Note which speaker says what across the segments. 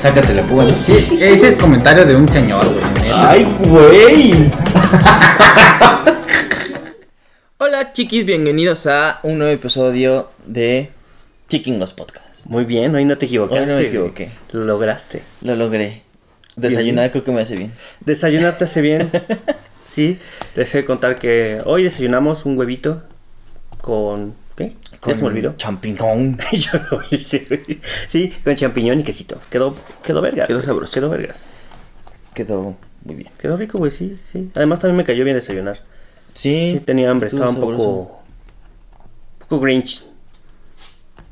Speaker 1: Sácate la púa, ¿no?
Speaker 2: Sí, ese es comentario de un señor, güey. neta.
Speaker 1: ¡Ay, güey!
Speaker 3: Hola chiquis, bienvenidos a un nuevo episodio de Chiquingos Podcast.
Speaker 4: Muy bien, hoy no te equivocaste.
Speaker 3: Hoy no me
Speaker 4: güey.
Speaker 3: equivoqué.
Speaker 4: Lo lograste.
Speaker 3: Lo logré. Desayunar creo que me hace bien.
Speaker 4: Desayunarte hace bien. sí. Deseo contar que hoy desayunamos un huevito con. ¿Qué? ¿Ya se me olvidó?
Speaker 3: Champiñón.
Speaker 4: Yo lo hice, güey. Sí, con champiñón y quesito. Quedó, quedó vergas.
Speaker 3: Quedó
Speaker 4: güey.
Speaker 3: sabroso.
Speaker 4: Quedó vergas.
Speaker 3: Quedó muy bien.
Speaker 4: Quedó rico, güey, sí, sí. Además también me cayó bien desayunar.
Speaker 3: Sí.
Speaker 4: Sí, tenía hambre,
Speaker 3: estuvo
Speaker 4: estaba un poco.
Speaker 3: sabroso.
Speaker 4: Un poco grinch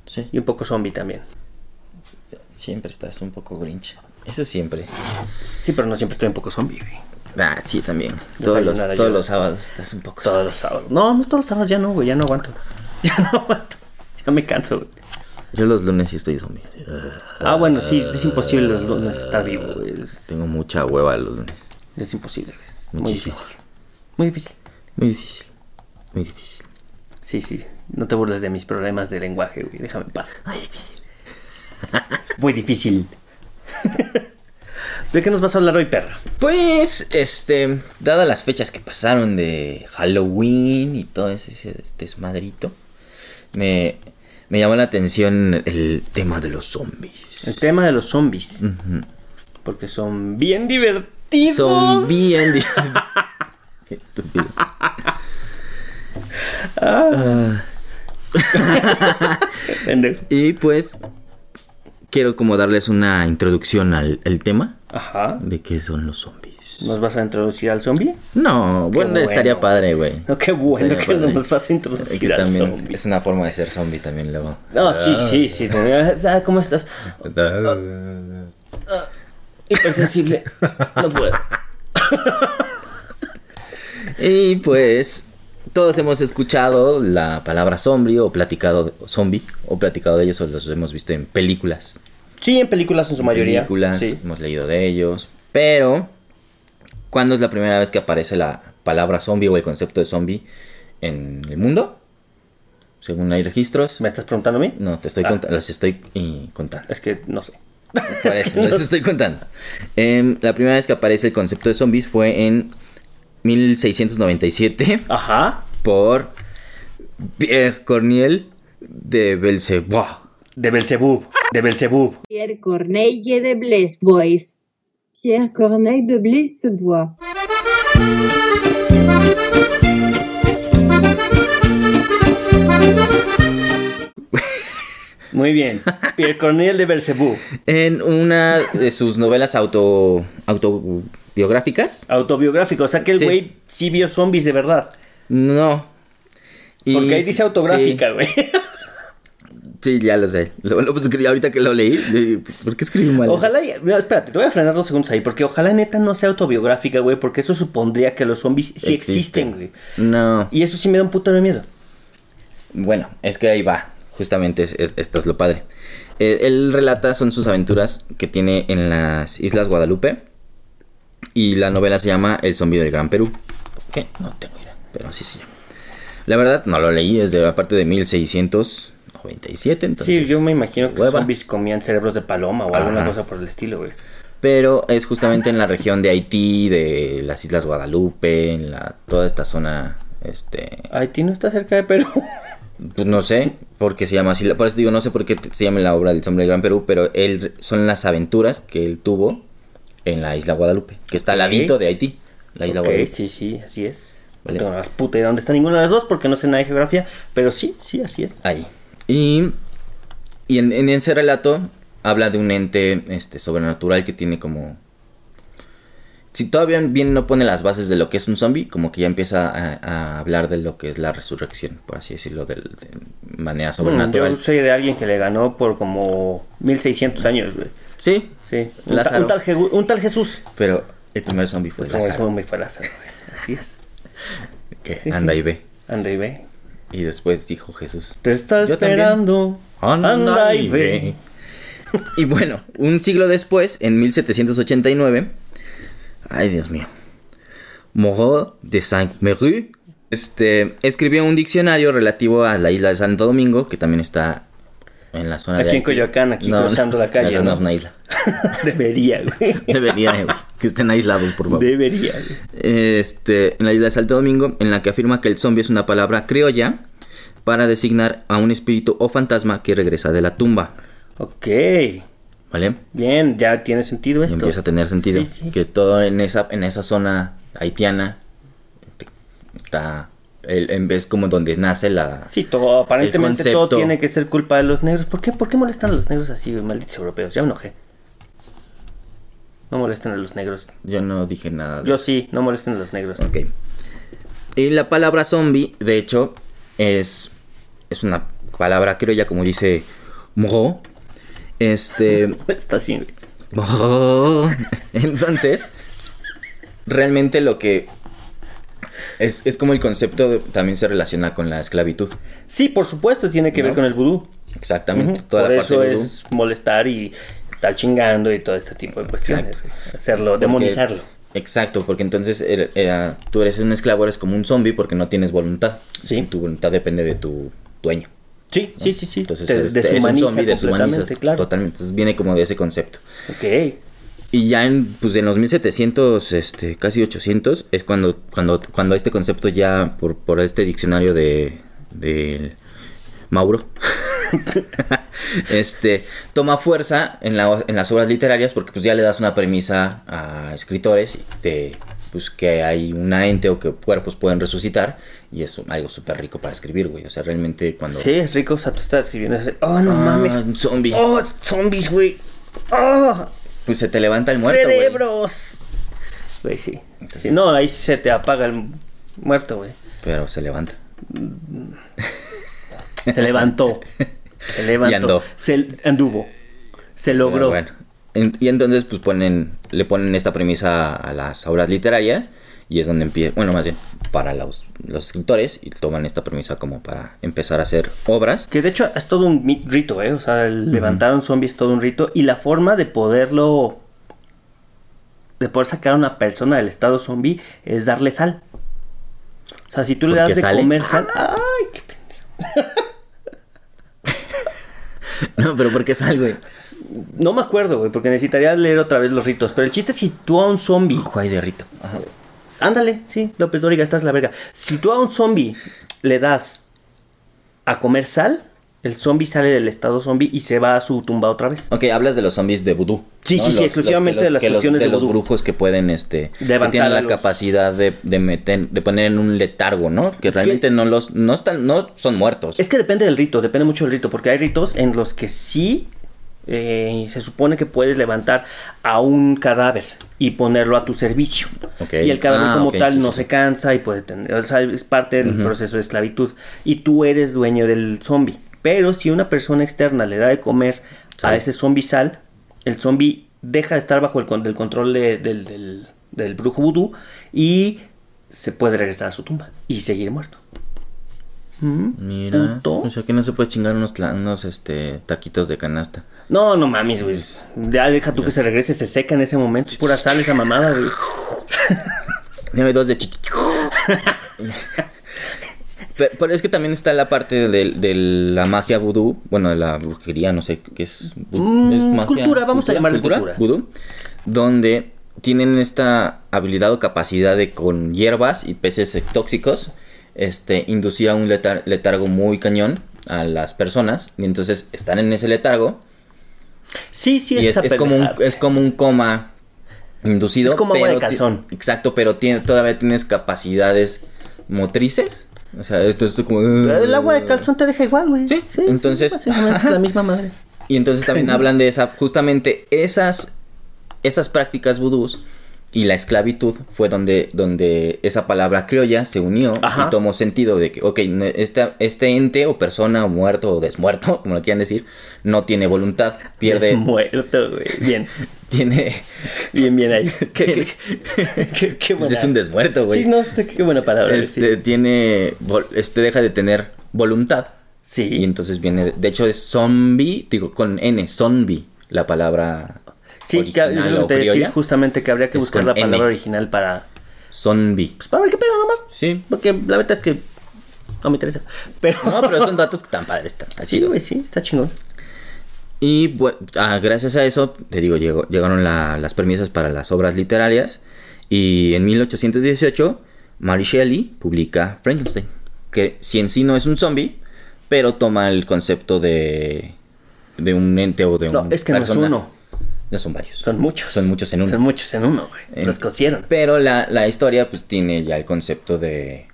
Speaker 3: Sí,
Speaker 4: y un poco zombie también.
Speaker 3: siempre estás un poco grinch. Eso siempre.
Speaker 4: Sí, pero no siempre estoy un poco zombie, güey.
Speaker 3: Ah, sí, también. Todos los,
Speaker 4: Desayunar
Speaker 3: todos
Speaker 4: ayuda.
Speaker 3: los sábados estás un poco...
Speaker 4: Todos los sábados. No, no todos los sábados, ya no, güey, ya no aguanto. Ya no aguanto. Ya me canso, güey.
Speaker 3: Yo los lunes sí estoy zombie. Ah,
Speaker 4: Ah, bueno, sí, es imposible los lunes estar vivo, güey. Es,
Speaker 3: Tengo mucha hueva los lunes.
Speaker 4: es imposible, güey. Es muy
Speaker 3: Muchísimo.
Speaker 4: difícil. Muy difícil.
Speaker 3: Muy difícil. Muy difícil.
Speaker 4: Sí, sí. No te burles de mis problemas de lenguaje, güey. Déjame en paz.
Speaker 3: Muy difícil.
Speaker 4: Es muy difícil. ¿De qué nos vas a hablar hoy, perra?
Speaker 3: Pues, este, dadas las fechas que pasaron de Halloween y todo ese, ese desmadrito, me, me llamó la atención el tema de los zombies.
Speaker 4: El tema de los zombies. Porque son bien divertidos.
Speaker 3: Son bien di- Qué estúpido.
Speaker 4: Pendejo.
Speaker 3: Y pues, quiero como darles una introducción al el tema
Speaker 4: Ajá.
Speaker 3: de qué son los zombies.
Speaker 4: ¿Nos vas a introducir al zombie?
Speaker 3: No, bueno,
Speaker 4: bueno.
Speaker 3: estaría padre, güey.
Speaker 4: No, qué bueno
Speaker 3: Estaría
Speaker 4: que no
Speaker 3: padre.
Speaker 4: nos vas a
Speaker 3: Es
Speaker 4: introducir
Speaker 3: que
Speaker 4: al
Speaker 3: también
Speaker 4: zombie.
Speaker 3: es una forma de ser zombie también luego.
Speaker 4: No, sí, sí, sí. te- Ah, ¿Cómo estás? Hipersensible. No puedo.
Speaker 3: Y pues todos hemos escuchado la palabra zombie o platicado zombie o platicado de ellos o los hemos visto en películas.
Speaker 4: Sí, en películas en su mayoría.
Speaker 3: Películas,
Speaker 4: Sí.
Speaker 3: hemos leído de ellos, pero ¿cuándo es la primera vez que aparece la palabra zombie o el concepto de zombie en el mundo? Según hay registros.
Speaker 4: ¿Me estás preguntando a mí?
Speaker 3: No, te estoy
Speaker 4: Ah.
Speaker 3: contando, los estoy eh, contando.
Speaker 4: Es que no sé.
Speaker 3: Por eso, les estoy contando. Em, la primera vez que aparece el concepto de zombies fue en 1697
Speaker 4: Ajá.
Speaker 3: por Pierre Corniel de Belzebua.
Speaker 4: De Belcebú. De Belcebú.
Speaker 5: Pierre Corneille de Blesbois. Pierre Corneille de Blesbois.
Speaker 4: Muy bien. Pierre Cornel de Belcebú.
Speaker 3: En una de sus novelas auto, autobiográficas.
Speaker 4: Autobiográfico. O sea que el
Speaker 3: Sí.
Speaker 4: güey sí. vio zombies de verdad.
Speaker 3: No. Y-
Speaker 4: Porque ahí dice autográfica, güey.
Speaker 3: Sí, sí, ya lo sé. Lo, lo pues, escribí ahorita que lo leí. eh, ¿Por qué escribí mal? eso?
Speaker 4: Ojalá, y- mira, espérate, te voy a frenar dos segundos ahí, porque ojalá neta no sea autobiográfica, güey, porque eso supondría que los zombies sí existen, güey.
Speaker 3: No.
Speaker 4: Y eso sí me da un puto de miedo.
Speaker 3: Bueno, es que ahí va. Justamente es- es- esto es lo padre. Eh, él relata son sus aventuras que tiene en las Islas Guadalupe. Y la novela se llama El zombi del Gran Perú. ¿Qué? No tengo idea, pero así se llama. La verdad, no lo leí, es de aparte de 1697. Entonces,
Speaker 4: sí, yo me imagino que
Speaker 3: hueva.
Speaker 4: zombies comían cerebros de paloma o alguna
Speaker 3: Ajá.
Speaker 4: cosa por el estilo, güey.
Speaker 3: Pero es justamente en la región de Haití, de las Islas Guadalupe, en la, toda esta zona. Este,
Speaker 4: Haití no está cerca de Perú.
Speaker 3: Pues no sé por qué se llama así. la- Por eso digo, no sé por qué t- se llama la obra del Sombre del Gran Perú, pero él son las aventuras que él tuvo en la isla Guadalupe, que está al
Speaker 4: Ok.
Speaker 3: ladito de Haití. La isla
Speaker 4: ok,
Speaker 3: Guadalupe.
Speaker 4: sí, sí, así es.
Speaker 3: Vale.
Speaker 4: No tengo la más puta idea dónde está ninguna de las dos porque no sé nada de geografía, pero sí, sí, así es.
Speaker 3: Ahí. Y, y en, en ese relato habla de un ente este, sobrenatural que tiene como. Si todavía bien no pone las bases de lo que es un zombie, como que ya empieza a, a hablar de lo que es la resurrección, por así decirlo, de, de manera
Speaker 4: Bueno,
Speaker 3: sobrenatural.
Speaker 4: Mm, yo sé de alguien que le ganó por como 1600 años, güey.
Speaker 3: Sí,
Speaker 4: Sí, un, ta-
Speaker 3: Lázaro.
Speaker 4: un tal, Jegu- un tal Jesús.
Speaker 3: pero el primer zombie fue
Speaker 4: Como
Speaker 3: Lázaro.
Speaker 4: decimos, muy fue Lázaro, güey. Así es.
Speaker 3: que
Speaker 4: Sí,
Speaker 3: anda
Speaker 4: sí.
Speaker 3: y ve.
Speaker 4: Anda y ve.
Speaker 3: Y después dijo Jesús.
Speaker 4: Te está
Speaker 3: Yo también.
Speaker 4: esperando. Anda y ve.
Speaker 3: Y bueno, un siglo después, en 1789, ay Dios mío, Moreau de Saint-Méry este, escribió un diccionario relativo a la isla de Santo Domingo, que también está en la zona de
Speaker 4: Aquí en Coyoacán, aquí cruzando la calle.
Speaker 3: Eso no
Speaker 4: ¿no?
Speaker 3: es una isla.
Speaker 4: Debería, güey.
Speaker 3: Debería, eh, güey, que estén aislados, por favor.
Speaker 4: Debería, güey.
Speaker 3: Este, en la isla de Salto Domingo, en la que afirma que el zombie es una palabra criolla para designar a un espíritu o fantasma que regresa de la tumba.
Speaker 4: Ok.
Speaker 3: ¿Vale?
Speaker 4: Bien, ya tiene sentido
Speaker 3: Y
Speaker 4: esto.
Speaker 3: empieza a tener sentido.
Speaker 4: Sí, sí.
Speaker 3: Que todo en esa, en esa zona haitiana te- está. el- en vez como donde nace la.
Speaker 4: Sí, todo, aparentemente todo
Speaker 3: concepto.
Speaker 4: tiene que ser culpa de los negros. ¿Por qué, ¿Por qué molestan a los negros así, güey? malditos europeos? Ya me enojé. No molestan a los negros.
Speaker 3: Yo no dije nada. de-
Speaker 4: Yo sí, no molesten a los negros.
Speaker 3: Ok. Y la palabra zombie, de hecho, es, es una palabra criolla, como dice Moro. Este.
Speaker 4: Estás bien, güey.
Speaker 3: Moro. Oh. Entonces, realmente lo que. Es, es como el concepto de- también se relaciona con la esclavitud.
Speaker 4: Sí, por supuesto, tiene que ver
Speaker 3: ¿No?
Speaker 4: con el vudú.
Speaker 3: Exactamente.
Speaker 4: Ujú.
Speaker 3: Toda
Speaker 4: por
Speaker 3: la
Speaker 4: eso
Speaker 3: parte vudú.
Speaker 4: es molestar y estar chingando y todo este tipo de cuestiones.
Speaker 3: Exacto.
Speaker 4: güey. Hacerlo,
Speaker 3: Porque-
Speaker 4: demonizarlo.
Speaker 3: Exacto, porque entonces era- era- tú eres un esclavo, eres como un zombie porque no tienes voluntad.
Speaker 4: Sí.
Speaker 3: Y tu voluntad depende de tu dueño.
Speaker 4: Sí, sí, sí, sí.
Speaker 3: Entonces
Speaker 4: Te
Speaker 3: eres, eres un
Speaker 4: deshumaniza
Speaker 3: zombie, deshumanizas
Speaker 4: completamente, claro.
Speaker 3: totalmente. Entonces viene como de ese concepto.
Speaker 4: Ok.
Speaker 3: Y ya en, pues, en los 1700, este, casi 800, es cuando, cuando, cuando este concepto ya, por, por este diccionario de, del Mauro, este, toma fuerza en, la- en las obras literarias porque pues, ya le das una premisa a escritores y te- pues, que hay una ente o que cuerpos pueden resucitar y es algo súper rico para escribir, güey. O sea, realmente cuando...
Speaker 4: Sí, es rico. O sea, tú estás escribiendo. es- Oh, no
Speaker 3: Ah,
Speaker 4: mames.
Speaker 3: un zombie.
Speaker 4: Oh, zombies, güey. Oh,
Speaker 3: Pues se te levanta el muerto, güey.
Speaker 4: cerebros. Güey, sí. Sí, No, ahí se te apaga el muerto, güey.
Speaker 3: Pero se levanta.
Speaker 4: Se levantó. Se levantó.
Speaker 3: Y andó.
Speaker 4: Se anduvo. Se logró.
Speaker 3: Pero Ah, bueno. En- y entonces pues ponen, le ponen esta premisa a, a las obras literarias y es donde empieza, bueno más bien para los, los escritores y toman esta premisa como para empezar a hacer obras.
Speaker 4: Que de hecho es todo un mi- rito, ¿eh? O sea, el levantar a un zombie es todo un rito. Y la forma de poderlo. de poder sacar a una persona del estado zombie es darle sal. O sea, si tú le das
Speaker 3: ¿Por qué
Speaker 4: de
Speaker 3: sale? Ah,
Speaker 4: comer sal. ¡Ay! qué-
Speaker 3: No, pero porque es algo.
Speaker 4: No me acuerdo, güey, porque necesitaría leer otra vez los ritos. Pero el chiste es si tú a un zombie.
Speaker 3: Juay de rito. Ajá.
Speaker 4: Ándale, sí, López Dóriga, estás la verga. Si tú a un zombie le das a comer sal, el zombie sale del estado zombie y se va a su tumba otra vez.
Speaker 3: Ok, hablas de los zombies de vudú.
Speaker 4: Sí, sí, sí,
Speaker 3: que-
Speaker 4: exclusivamente
Speaker 3: que
Speaker 4: de las
Speaker 3: que
Speaker 4: cuestiones
Speaker 3: de
Speaker 4: de
Speaker 3: los
Speaker 4: vudú.
Speaker 3: brujos que pueden, este, que
Speaker 4: Levantar
Speaker 3: tienen
Speaker 4: a
Speaker 3: la
Speaker 4: los-
Speaker 3: capacidad de, de meter, de poner en un letargo, ¿no? Que realmente no los, no están, no son muertos.
Speaker 4: Es que depende del rito, depende mucho del rito, porque hay ritos en los que sí eh, se supone que puedes levantar a un cadáver y ponerlo a tu servicio.
Speaker 3: Ok.
Speaker 4: Y el cadáver
Speaker 3: Ah,
Speaker 4: como
Speaker 3: ok,
Speaker 4: tal
Speaker 3: sí,
Speaker 4: no
Speaker 3: sí,
Speaker 4: se
Speaker 3: sí.
Speaker 4: cansa y puede tener, o sea, es parte del proceso de esclavitud. Y tú eres dueño del zombie. Pero si una persona externa le da de comer
Speaker 3: Sal.
Speaker 4: a ese zombie sal, el zombie deja de estar bajo el con- del control de- del, del- del brujo vudú y se puede regresar a su tumba y seguir muerto. Ujú.
Speaker 3: Mira,
Speaker 4: Punto.
Speaker 3: o sea que no se puede chingar unos, tla- unos este, taquitos de canasta.
Speaker 4: No, no mames, güey. Ya deja tú que se regrese, se seca en ese momento. Es pura sal esa mamada, güey.
Speaker 3: Dame dos de chiqui. pero, pero es que también está la parte de, de la magia vudú, bueno, de la brujería, no sé qué es. vu-
Speaker 4: Mm,
Speaker 3: es
Speaker 4: cultura, vamos a llamarle cultura.
Speaker 3: Vudú, donde tienen esta habilidad o capacidad de con hierbas y peces eh, tóxicos este, inducir a un letar- letargo muy cañón a las personas. Y entonces están en ese letargo.
Speaker 4: Sí, sí,
Speaker 3: Y
Speaker 4: es,
Speaker 3: es,
Speaker 4: esa
Speaker 3: es como un,
Speaker 4: pendejada.
Speaker 3: es como un coma inducido.
Speaker 4: Es como agua de
Speaker 3: pero ti-
Speaker 4: calzón.
Speaker 3: Exacto, pero tiene, todavía tienes capacidades motrices. O sea, esto es como... "Ah".
Speaker 4: El agua de calzón te deja igual, güey.
Speaker 3: Sí, entonces-
Speaker 4: básicamente es la misma madre.
Speaker 3: Y entonces también hablan de esa, justamente esas, esas prácticas vudús y la esclavitud fue donde, donde esa palabra criolla se unió
Speaker 4: Ajá.
Speaker 3: y tomó sentido de que, ok, no- esta- este ente o persona o muerto o desmuerto, como lo quieran decir, no tiene voluntad,
Speaker 4: Es
Speaker 3: pierde,
Speaker 4: muerto, güey. Bien,
Speaker 3: tiene,
Speaker 4: bien, bien ahí. Qué, qué, qué, qué, qué
Speaker 3: pues
Speaker 4: buena.
Speaker 3: es un desmuerto, güey.
Speaker 4: Sí, no, este, qué buena palabra.
Speaker 3: este tiene vol- este deja de tener voluntad
Speaker 4: sí.
Speaker 3: y
Speaker 4: Sí,
Speaker 3: entonces viene de hecho es zombie digo con n zombie la palabra
Speaker 4: sí que, es
Speaker 3: original
Speaker 4: lo
Speaker 3: o
Speaker 4: que te decía
Speaker 3: criolla.
Speaker 4: justamente que habría que
Speaker 3: es
Speaker 4: buscar
Speaker 3: con
Speaker 4: la palabra
Speaker 3: N.
Speaker 4: original para...
Speaker 3: zombie
Speaker 4: Pues para ver qué pedo nomás.
Speaker 3: sí
Speaker 4: Porque la verdad es que no me interesa. Pero...
Speaker 3: no pero son datos que están padres está, está
Speaker 4: Sí,
Speaker 3: chido
Speaker 4: güey, sí, está chingón.
Speaker 3: Y pues, ah, gracias a eso, te digo, llegó- llegaron la- las permisas para las obras literarias. Y en 1818, Mary Shelley publica Frankenstein. Que si en sí no es un zombie, pero toma el concepto de, de un ente o de
Speaker 4: No,
Speaker 3: un
Speaker 4: es que no es
Speaker 3: persona.
Speaker 4: uno.
Speaker 3: No son varios.
Speaker 4: Son muchos.
Speaker 3: Son muchos en uno.
Speaker 4: Son muchos en uno, güey.
Speaker 3: Eh,
Speaker 4: Los cosieron.
Speaker 3: Pero la, la historia pues tiene ya el concepto de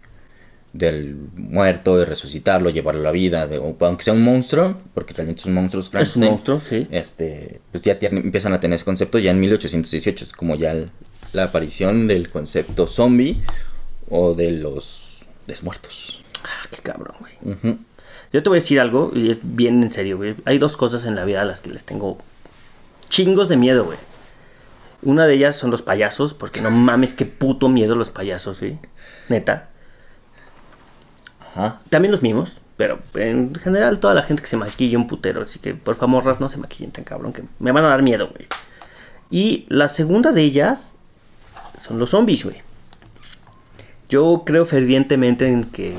Speaker 3: del muerto, de resucitarlo, llevarlo a la vida, de- o- aunque sea un monstruo, porque realmente son monstruos
Speaker 4: Es un
Speaker 3: Frankenstein,
Speaker 4: monstruo, sí.
Speaker 3: Este, pues ya tiene- empiezan a tener ese concepto ya en 1818, es como ya el- la aparición del concepto zombie o de los desmuertos.
Speaker 4: Ah, qué cabrón, güey.
Speaker 3: Ujú.
Speaker 4: Yo te voy a decir algo, y es bien en serio, güey. Hay dos cosas en la vida a las que les tengo chingos de miedo, güey. Una de ellas son los payasos, porque no mames, qué puto miedo los payasos, güey. Neta.
Speaker 3: Ajá.
Speaker 4: También los mimos, pero en general toda la gente que se maquilla un putero. Así que, por favor, morras, no se maquillen tan cabrón, que me van a dar miedo, güey. Y la segunda de ellas son los zombies, güey. Yo creo fervientemente en que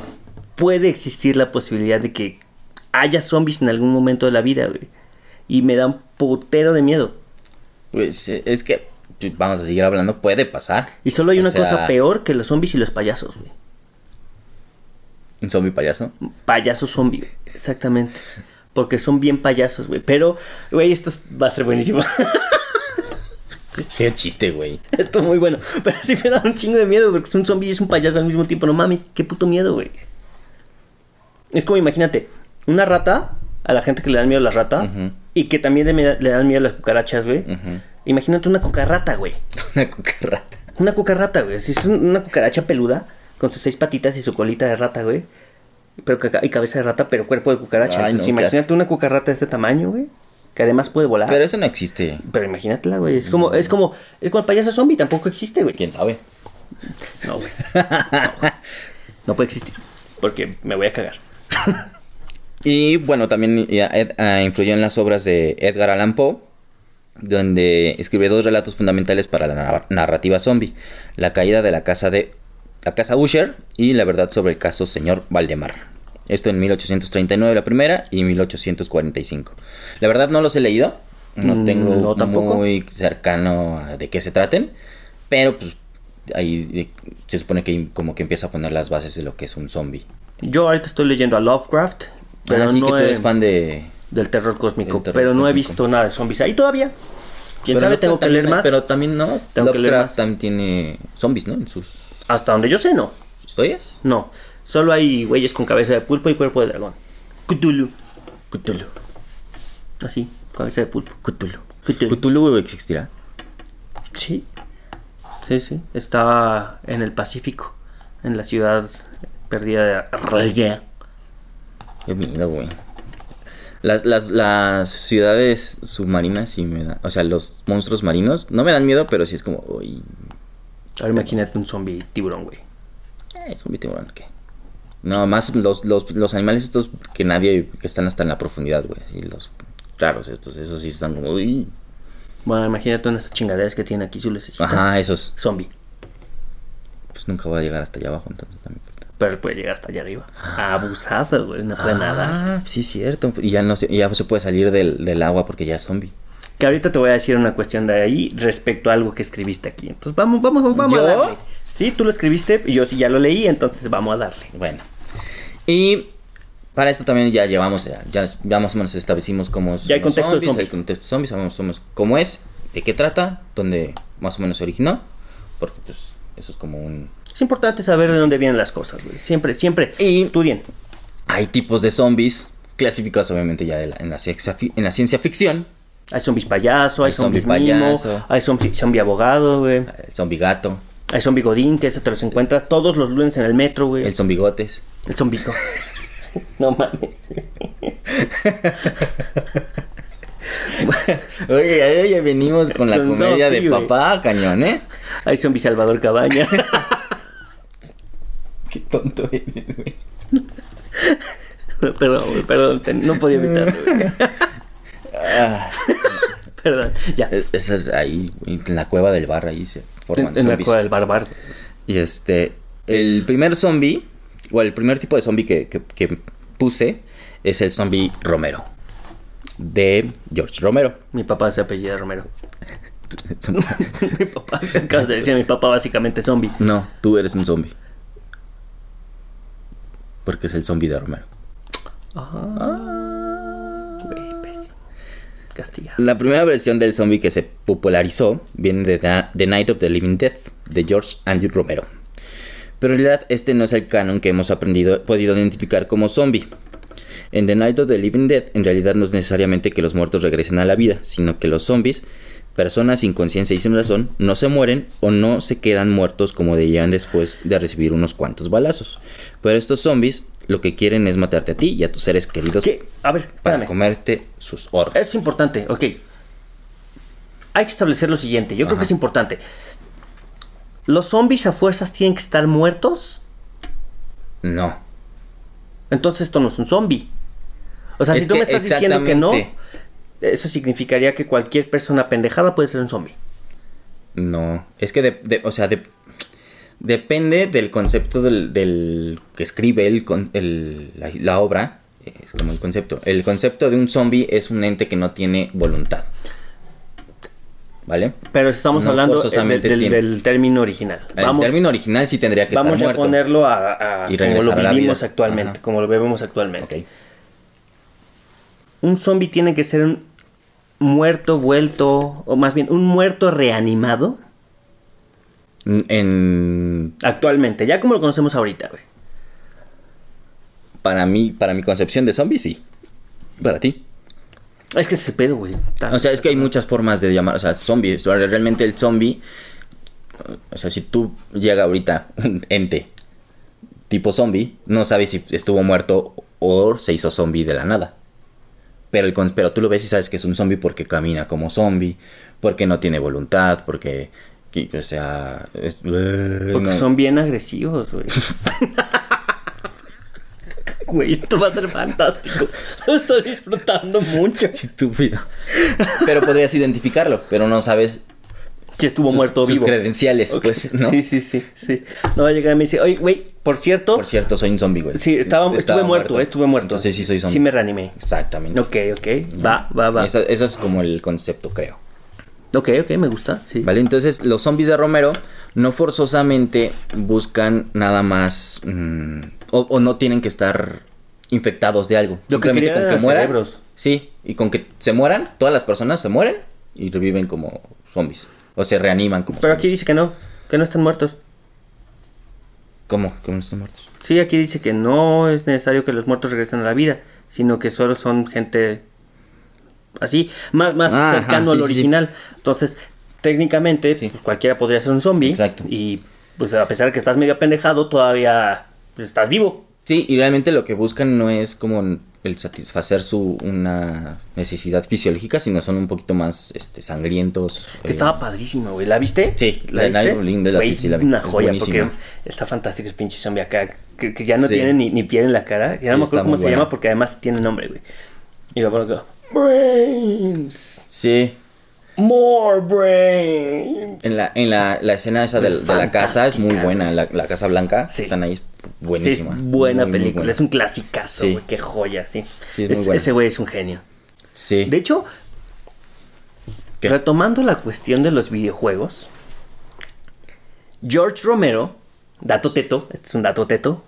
Speaker 4: puede existir la posibilidad de que haya zombies en algún momento de la vida, güey. Y me da un putero de miedo.
Speaker 3: Pues eh, es que tú- vamos a seguir hablando, puede pasar.
Speaker 4: Y solo hay
Speaker 3: O
Speaker 4: una
Speaker 3: sea,
Speaker 4: cosa peor que los zombies y los payasos, güey.
Speaker 3: Un zombie payaso.
Speaker 4: Payaso zombie, güey. exactamente. Porque son bien payasos, güey. Pero, güey, esto es- va a ser buenísimo.
Speaker 3: Qué chiste, güey.
Speaker 4: esto es muy bueno. Pero sí me da un chingo de miedo, porque es un zombie y es un payaso al mismo tiempo. No mames, qué puto miedo, güey. Es como, imagínate, una rata, a la gente que le dan miedo las ratas,
Speaker 3: Ujú.
Speaker 4: y que también le, me- le dan miedo las cucarachas, güey.
Speaker 3: Ujú.
Speaker 4: Imagínate una cucarrata, güey.
Speaker 3: Una cucarrata.
Speaker 4: Una cucarrata, güey. Si es un- una cucaracha peluda, con sus seis patitas y su colita de rata, güey. Pero que ca- y cabeza de rata, pero cuerpo de cucaracha.
Speaker 3: Ay,
Speaker 4: Entonces,
Speaker 3: no, qué
Speaker 4: imagínate una cucarrata de este tamaño, güey. Que además puede volar.
Speaker 3: Pero
Speaker 4: Pero,
Speaker 3: eso no existe.
Speaker 4: imagínatela, güey. Es como, es como, es como el payaso zombie, tampoco existe, güey.
Speaker 3: ¿Quién sabe?
Speaker 4: No, güey. No, güey. No puede existir. Porque me voy a cagar.
Speaker 3: Y bueno, también ya, Ed- ah, influyó en las obras de Edgar Allan Poe, donde escribió dos relatos fundamentales para la nar- narrativa zombie: La caída de la casa de la casa Usher y La verdad sobre el caso señor Valdemar. Esto en 1839 la primera y 1845. La verdad no los he leído, no
Speaker 4: Mm,
Speaker 3: tengo
Speaker 4: no, tampoco.
Speaker 3: muy cercano a de qué se traten, pero pues ahí eh, se supone que como que empieza a poner las bases de lo que es un zombie.
Speaker 4: Yo ahorita estoy leyendo a Lovecraft. Pero
Speaker 3: Así
Speaker 4: no
Speaker 3: Ah, que tú
Speaker 4: he-
Speaker 3: eres fan de
Speaker 4: del terror cósmico.
Speaker 3: Del terror
Speaker 4: pero no he
Speaker 3: cósmico.
Speaker 4: visto nada de zombies ahí todavía. Quién
Speaker 3: Pero
Speaker 4: sabe,
Speaker 3: no,
Speaker 4: tengo que
Speaker 3: también-
Speaker 4: leer más.
Speaker 3: Pero también no.
Speaker 4: Tengo que leer
Speaker 3: Lovecraft
Speaker 4: más.
Speaker 3: también tiene zombies, ¿no? En sus
Speaker 4: Hasta donde yo sé, no.
Speaker 3: historias.
Speaker 4: No, solo hay güeyes con cabeza de pulpo y cuerpo de dragón. Cthulhu. Cthulhu. Así, cabeza de pulpo.
Speaker 3: Cthulhu.
Speaker 4: Cthulhu.
Speaker 3: Cthulhu existirá.
Speaker 4: Sí. Sí, sí. Está en el Pacífico, en la ciudad perdida de Arraya.
Speaker 3: Qué miedo, güey. Las, las, las ciudades submarinas sí me dan. O sea, los monstruos marinos no me dan miedo, pero sí es como. Uy,
Speaker 4: Ahora imagínate un zombie tiburón, güey.
Speaker 3: eh, zombie tiburón, ¿qué? No, más los, los, los animales estos que nadie. que están hasta en la profundidad, güey. Y los raros estos, esos sí están como. Uy.
Speaker 4: Bueno, imagínate una de esas chingaderas que tiene aquí su lucecita.
Speaker 3: Ajá, esos.
Speaker 4: Zombie.
Speaker 3: Pues nunca voy a llegar hasta allá abajo, entonces también.
Speaker 4: Pero puede llegar hasta allá arriba. Abusado, güey. No puede nadar.
Speaker 3: Ah, sí, cierto. Y ya no se, ya se puede salir del, del agua porque ya es zombie.
Speaker 4: Que ahorita te voy a decir una cuestión de ahí respecto a algo que escribiste aquí. Entonces vamos, vamos, vamos
Speaker 3: ¿Yo?
Speaker 4: a darle. Sí, tú lo escribiste y yo sí ya lo leí, entonces vamos a darle.
Speaker 3: Bueno. Y para esto también ya llevamos, ya, ya, ya más o menos establecimos cómo son
Speaker 4: Ya hay
Speaker 3: los
Speaker 4: contexto de zombies.
Speaker 3: hay contexto de zombies, sabemos, somos cómo es, de qué trata, dónde más o menos se originó, porque pues eso es como un...
Speaker 4: Es importante saber de dónde vienen las cosas, güey. Siempre, siempre
Speaker 3: Y-
Speaker 4: estudien.
Speaker 3: Hay tipos de zombies clasificados obviamente ya de la- en, la ciencia, fi- en la ciencia ficción.
Speaker 4: Hay zombies payaso, hay,
Speaker 3: Hay zombie
Speaker 4: zombies mimo,
Speaker 3: payaso.
Speaker 4: hay zombie, zombie abogado, güey.
Speaker 3: El zombie gato,
Speaker 4: Hay zombie godín, que eso te los encuentras todos los lunes en el metro, güey.
Speaker 3: el
Speaker 4: El,
Speaker 3: zombie gotes.
Speaker 4: zombico. no mames.
Speaker 3: Oye, ya- ya venimos con la
Speaker 4: No,
Speaker 3: comedia
Speaker 4: sí,
Speaker 3: de
Speaker 4: güey.
Speaker 3: papá, cañón, ¿eh?
Speaker 4: Hay zombie Salvador Cabaña.
Speaker 3: Qué tonto eres, güey.
Speaker 4: perdón, güey, perdón, te- no podía evitarlo, güey. perdón, ya.
Speaker 3: Ah. Es- Esa es ahí, güey, en la cueva del bar, ahí se forman
Speaker 4: En, en la
Speaker 3: zombies.
Speaker 4: cueva del barbar.
Speaker 3: Y este, el primer zombie, o el primer tipo de zombie que, que- que puse, es el zombie romero. de George Romero.
Speaker 4: Mi papá se apellida Romero. mi papá, acabas de decir, mi papá básicamente zombie.
Speaker 3: No, tú eres un zombie. Porque es el zombie de Romero.
Speaker 4: Güey, pésimo. Castigado.
Speaker 3: La primera versión del zombie que se popularizó viene de Na- The Night of the Living Dead de George Andrew Romero. Pero en realidad este no es el canon que hemos aprendido, podido identificar como zombie. En The Night of the Living Dead en realidad no es necesariamente que los muertos regresen a la vida, sino que los zombies, personas sin conciencia y sin razón, no se mueren o no se quedan muertos como debían después de recibir unos cuantos balazos. Pero estos zombies lo que quieren es matarte a ti y a tus seres queridos
Speaker 4: ¿Qué? A ver,
Speaker 3: para
Speaker 4: espérame.
Speaker 3: comerte sus órganos.
Speaker 4: Es importante, ok. Hay que establecer lo siguiente, yo creo que es importante. ¿Los zombies a fuerzas tienen que estar muertos?
Speaker 3: No.
Speaker 4: Entonces esto no es un zombie. O sea,
Speaker 3: Es
Speaker 4: si tú
Speaker 3: que
Speaker 4: me estás diciendo que no,
Speaker 3: exactamente.
Speaker 4: eso significaría que cualquier persona pendejada puede ser un zombie.
Speaker 3: No, es que, de- de- o sea, de- depende del concepto del, del que escribe el, con- el- la, la obra. Es como el concepto. El concepto de un zombie es un ente que no tiene voluntad. ¿Vale?
Speaker 4: Pero estamos
Speaker 3: No
Speaker 4: hablando eh,
Speaker 3: forzosamente
Speaker 4: del, del-
Speaker 3: tiene.
Speaker 4: del término original.
Speaker 3: El término original sí tendría que
Speaker 4: vamos a
Speaker 3: estar muerto.
Speaker 4: ponerlo a, a-
Speaker 3: Y
Speaker 4: como lo
Speaker 3: regresar a la
Speaker 4: vivimos
Speaker 3: vida.
Speaker 4: actualmente,
Speaker 3: Ajá.
Speaker 4: como lo vemos actualmente.
Speaker 3: Ok.
Speaker 4: Un zombie tiene que ser un muerto vuelto, o más bien un muerto reanimado
Speaker 3: En,
Speaker 4: actualmente, ya como lo conocemos ahorita, güey.
Speaker 3: para mí, para mi concepción de zombie, sí. Para ti.
Speaker 4: Es que ese es el pedo, güey. Está-
Speaker 3: O sea, es que hay muchas formas de llamar, o sea, zombies. Realmente el zombie, o sea, si tú llega ahorita un ente tipo zombie, no sabes si estuvo muerto o se hizo zombie de la nada. Pero, el, cons- pero tú lo ves y sabes que es un zombie porque camina como zombie, porque no tiene voluntad, porque, que- o sea, es-
Speaker 4: porque
Speaker 3: no.
Speaker 4: son bien agresivos, güey. Güey, esto va a ser fantástico. Lo estoy disfrutando mucho.
Speaker 3: estúpido. Pero podrías identificarlo, pero no sabes
Speaker 4: Si estuvo
Speaker 3: sus-
Speaker 4: muerto o
Speaker 3: sus
Speaker 4: vivo.
Speaker 3: credenciales,
Speaker 4: Ok,
Speaker 3: pues, ¿no?
Speaker 4: Sí, sí, sí, sí. No va a llegar y me dice, oye, güey, por cierto.
Speaker 3: Por cierto, soy un zombie, güey.
Speaker 4: sí, estaba, estuve muerto, eh, estuve muerto.
Speaker 3: Sí, sí, soy zombie.
Speaker 4: Sí me reanimé.
Speaker 3: Exactamente.
Speaker 4: Ok, ok. Va, va, va.
Speaker 3: Eso, eso es como el concepto, creo.
Speaker 4: Ok, ok, me gusta. Sí.
Speaker 3: ¿Vale? Entonces, los zombies de Romero no forzosamente buscan nada más. mm, o, o no tienen que estar infectados de algo.
Speaker 4: Lo que querían eran cerebros.
Speaker 3: Sí, y con que se mueran, todas las personas se mueren y reviven como zombies. O se reaniman como
Speaker 4: Pero aquí
Speaker 3: zombies.
Speaker 4: dice que no, que no están muertos.
Speaker 3: ¿Cómo? ¿Cómo no están muertos?
Speaker 4: Sí, aquí dice que no es necesario que los muertos regresen a la vida, sino que solo son gente así, más, más
Speaker 3: Ah, ajá,
Speaker 4: cercano
Speaker 3: sí,
Speaker 4: al
Speaker 3: sí, sí.
Speaker 4: original. Entonces, técnicamente, pues, cualquiera podría ser un zombie.
Speaker 3: Exacto.
Speaker 4: Y pues a pesar de que estás medio apendejado, todavía pues, estás vivo.
Speaker 3: Sí, y realmente lo que buscan no es como el satisfacer su una necesidad fisiológica, sino son un poquito más este, sangrientos.
Speaker 4: Que
Speaker 3: eh,
Speaker 4: estaba padrísima, güey. ¿La viste?
Speaker 3: Sí,
Speaker 4: ¿la
Speaker 3: la
Speaker 4: viste?
Speaker 3: Night of Living Dead,
Speaker 4: Güey,
Speaker 3: sí, sí la vi.
Speaker 4: Una
Speaker 3: Es
Speaker 4: joya, porque
Speaker 3: buenísima.
Speaker 4: está fantástico el pinche zombie acá, que, que ya no
Speaker 3: Sí.
Speaker 4: tiene ni, ni piel en la cara. Ya no me
Speaker 3: Está
Speaker 4: acuerdo cómo
Speaker 3: muy
Speaker 4: se
Speaker 3: buena.
Speaker 4: llama, porque además tiene nombre, güey. Y me acuerdo que... Brains.
Speaker 3: Sí,
Speaker 4: More brains.
Speaker 3: En la, en la, la escena esa de,
Speaker 4: Es
Speaker 3: de la casa es muy
Speaker 4: fantástica,
Speaker 3: buena, la, la Casa Blanca,
Speaker 4: Sí.
Speaker 3: están ahí, es
Speaker 4: Sí, es
Speaker 3: buenísima.
Speaker 4: buena
Speaker 3: Muy, muy
Speaker 4: película,
Speaker 3: buena.
Speaker 4: es un clasicazo,
Speaker 3: Sí.
Speaker 4: güey, qué joya, sí.
Speaker 3: Sí, es muy
Speaker 4: Es-
Speaker 3: buena.
Speaker 4: ese güey es un genio.
Speaker 3: Sí,
Speaker 4: De hecho,
Speaker 3: ¿Qué?
Speaker 4: retomando la cuestión de los videojuegos, George Romero, dato teto, este es un dato teto,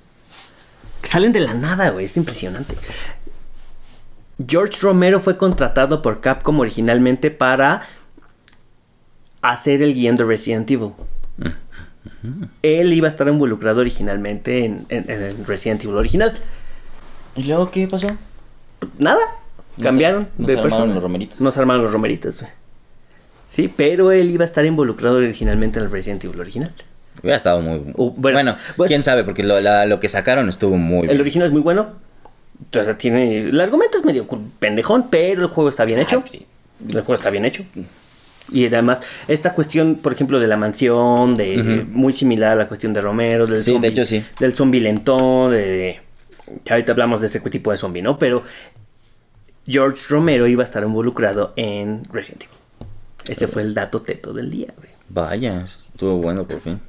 Speaker 4: que salen de la nada, güey, es impresionante. George Romero fue contratado por Capcom originalmente para hacer el guión de Resident Evil.
Speaker 3: Mm.
Speaker 4: Él iba a estar involucrado originalmente en, en- en el Resident Evil original.
Speaker 3: ¿Y luego qué pasó?
Speaker 4: Nada.
Speaker 3: Nos
Speaker 4: Cambiaron
Speaker 3: ar- nos
Speaker 4: de
Speaker 3: armaron
Speaker 4: persona.
Speaker 3: los romeritos.
Speaker 4: Nos armaron los romeritos, güey. Sí, pero él iba a estar involucrado originalmente en el Resident Evil original.
Speaker 3: Hubiera estado muy...
Speaker 4: Uh, bueno,
Speaker 3: bueno,
Speaker 4: bueno.
Speaker 3: quién sabe, porque lo, la- lo que sacaron estuvo muy
Speaker 4: El
Speaker 3: bien.
Speaker 4: original es muy bueno. O sea, tiene... El argumento es medio cu- pendejón, pero el juego está bien hecho.
Speaker 3: Ah, sí. Mm.
Speaker 4: El juego está bien hecho. Y además, esta cuestión, por ejemplo, de la mansión, de muy similar a la cuestión de Romero, del
Speaker 3: Sí, de
Speaker 4: zombie,
Speaker 3: hecho, sí.
Speaker 4: del zombie lentón, de, que ahorita hablamos de ese tipo de zombie, ¿no? Pero George Romero iba a estar involucrado en Resident Evil. Ese fue el dato teto del día, güey.
Speaker 3: Vaya, estuvo bueno por fin.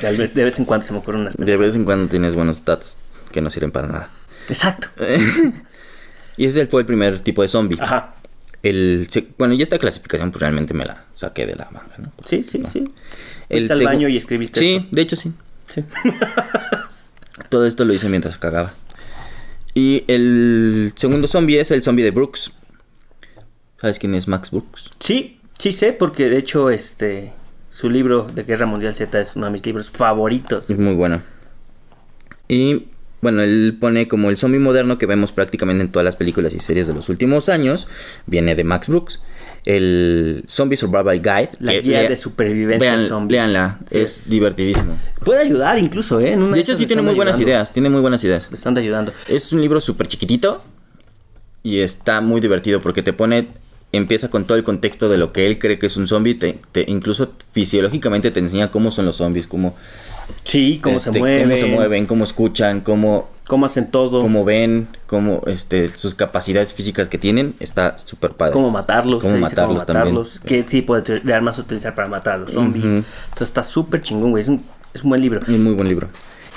Speaker 4: Tal vez de vez en cuando se me ocurren unas...
Speaker 3: Eh. De vez en cuando tienes buenos datos que no sirven para nada.
Speaker 4: Exacto.
Speaker 3: Y ese fue el primer tipo de zombie.
Speaker 4: Ajá.
Speaker 3: El, se- bueno, y esta clasificación pues realmente me la saqué de la manga, ¿no?
Speaker 4: Sí, sí, sí. Fuiste
Speaker 3: Ah. El
Speaker 4: al
Speaker 3: segu-
Speaker 4: baño y escribiste
Speaker 3: Sí,
Speaker 4: esto.
Speaker 3: de hecho sí. sí. Todo esto lo hice mientras cagaba. Y el segundo zombie es el zombie de Brooks. ¿Sabes quién es Max Brooks?
Speaker 4: Sí, sí sé, porque de hecho, este. Su libro de Guerra Mundial Z es uno de mis libros favoritos.
Speaker 3: Es muy bueno. Y bueno, él pone como el zombie moderno que vemos prácticamente en todas las películas y series de los últimos años. Viene de Max Brooks. El Zombie Survival Guide.
Speaker 4: La
Speaker 3: que
Speaker 4: guía
Speaker 3: lea-
Speaker 4: de supervivencia
Speaker 3: vean-
Speaker 4: zombie.
Speaker 3: Léanla,
Speaker 4: Sí.
Speaker 3: es divertidísimo.
Speaker 4: Puede ayudar incluso, ¿eh? En una
Speaker 3: De hecho,
Speaker 4: esas
Speaker 3: sí
Speaker 4: les
Speaker 3: tiene
Speaker 4: anda
Speaker 3: muy buenas
Speaker 4: ayudando.
Speaker 3: ideas. Tiene muy buenas ideas.
Speaker 4: Les anda ayudando.
Speaker 3: Es un libro súper chiquitito y está muy divertido porque te pone, empieza con todo el contexto de lo que él cree que es un zombie, te, te- incluso fisiológicamente te enseña cómo son los zombies, cómo,
Speaker 4: Sí, cómo se
Speaker 3: este,
Speaker 4: mueven.
Speaker 3: cómo se mueven, cómo escuchan, cómo,
Speaker 4: Cómo hacen todo. Cómo,
Speaker 3: cómo ven, cómo este, sus capacidades físicas que tienen. Está súper padre.
Speaker 4: matarlos.
Speaker 3: Cómo
Speaker 4: te dice cómo
Speaker 3: matarlos también.
Speaker 4: matarlos, Qué tipo de, de armas utilizar para matar a los zombies. Entonces está súper chingón, güey. Es un, es un buen libro.
Speaker 3: Un muy buen libro.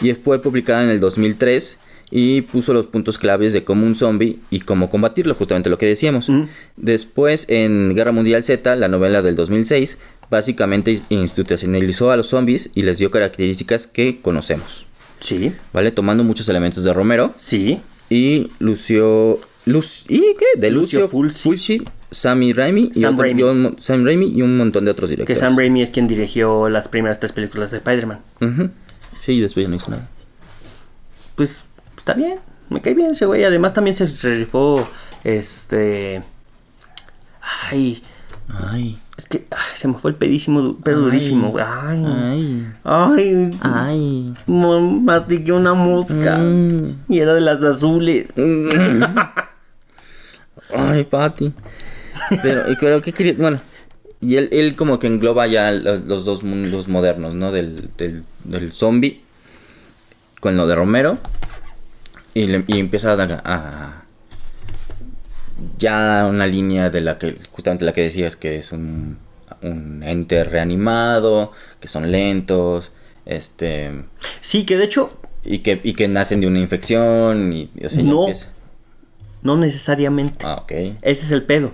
Speaker 3: Y fue publicada en el 2003 y puso los puntos claves de cómo un zombie y cómo combatirlo, justamente lo que decíamos.
Speaker 4: Ujú.
Speaker 3: Después, en Guerra Mundial Z, la novela del 2006, básicamente institucionalizó a los zombies y les dio características que conocemos,
Speaker 4: Sí,
Speaker 3: ¿vale? Tomando muchos elementos de Romero
Speaker 4: sí.
Speaker 3: y Lucio... Luz, ¿Y qué? De
Speaker 4: Lucio
Speaker 3: Lucio,
Speaker 4: Fulci.
Speaker 3: Fulci, Sammy Raimi y,
Speaker 4: Sam
Speaker 3: otro-
Speaker 4: Raimi.
Speaker 3: y un, Sam Raimi y un montón de otros
Speaker 4: Que
Speaker 3: directores.
Speaker 4: Sam Raimi es quien dirigió las primeras tres películas de Spider-Man.
Speaker 3: Ujú. Sí, después ya no hizo nada.
Speaker 4: Pues está bien, me cae bien ese güey. Además también se rifó este... Ay,
Speaker 3: Ay,
Speaker 4: es que ay, se me fue el pedísimo, du- pedo durísimo, güey. Ay,
Speaker 3: ay,
Speaker 4: ay,
Speaker 3: ay.
Speaker 4: mo- mastigué una mosca. Y era de las azules.
Speaker 3: Ay, Patty. Pero, y creo que quería- Bueno, y él, él como que engloba ya lo- los, dos mundos modernos, ¿no? Del, del, del zombie con lo de Romero. Y, le- y empieza a, a- Ya una línea de la que. Justamente la que decías, que es un, un ente reanimado, que son lentos, este.
Speaker 4: Sí, que de hecho
Speaker 3: Y que, y que nacen de una infección. Y, y así
Speaker 4: No.
Speaker 3: empieza.
Speaker 4: no necesariamente.
Speaker 3: Ah, ok.
Speaker 4: Ese es el pedo.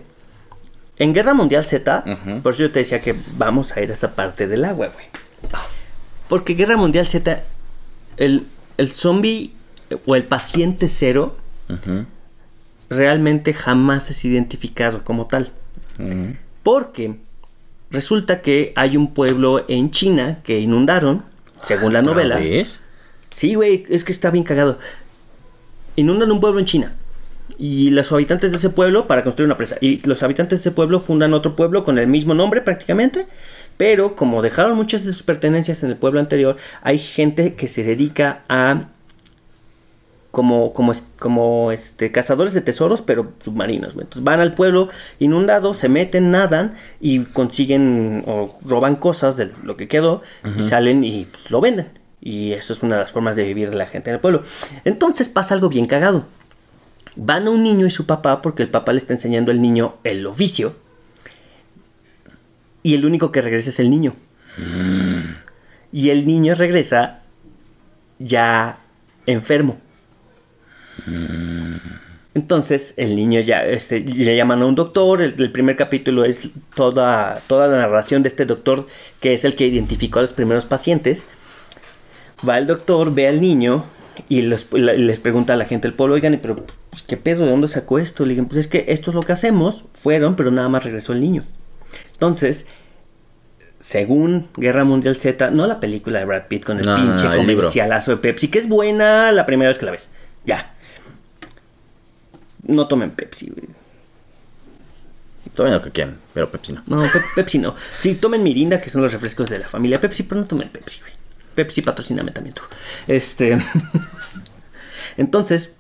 Speaker 4: En Guerra Mundial Z,
Speaker 3: Ujú.
Speaker 4: por eso yo te decía que vamos a ir a esa parte del agua, güey. Porque Guerra Mundial Z, el, el zombie eh, o el paciente cero
Speaker 3: Ujú.
Speaker 4: realmente jamás es identificado como tal.
Speaker 3: Ujú.
Speaker 4: Porque resulta que hay un pueblo en China que inundaron, según la
Speaker 3: ¿Otra
Speaker 4: novela.
Speaker 3: vez?
Speaker 4: Sí, güey, es que está bien cagado. Inundan un pueblo en China. Y los habitantes de ese pueblo para construir una presa. Y los habitantes de ese pueblo fundan otro pueblo con el mismo nombre prácticamente. Pero como dejaron muchas de sus pertenencias en el pueblo anterior, hay gente que se dedica a... Como, como, es- como este, cazadores de tesoros, pero submarinos. güey. Entonces van al pueblo inundado, se meten, nadan y consiguen o roban cosas de lo que quedó y salen y pues, lo venden. Y eso es una de las formas de vivir de la gente en el pueblo. Entonces pasa algo bien cagado. Van a un niño y su papá porque el papá le está enseñando al niño el oficio. Y el único que regresa es el niño. Y el niño regresa ya enfermo. Entonces el niño ya este, le llaman a un doctor. El, el primer capítulo es toda, toda la narración de este doctor que es el que identificó a los primeros pacientes. Va el doctor, ve al niño y los- la- les pregunta a la gente del pueblo, oigan, pero pues, ¿qué pedo? ¿De dónde sacó esto? Le dicen, pues es que esto es lo que hacemos. Fueron, pero nada más regresó el niño. Entonces, según Guerra Mundial Z, no la película de Brad Pitt con el
Speaker 3: No, no, no,
Speaker 4: pinche
Speaker 3: el libro.
Speaker 4: comercialazo de Pepsi, que es buena la primera vez que la ves. Ya. No tomen Pepsi, güey.
Speaker 3: Tomen lo que quieran, pero Pepsi no.
Speaker 4: No, Pe- Pepsi no. Sí, tomen Mirinda, que son los refrescos de la familia Pepsi, pero no tomen Pepsi, güey. Pepsi, patrocíname también tú. Este. Entonces,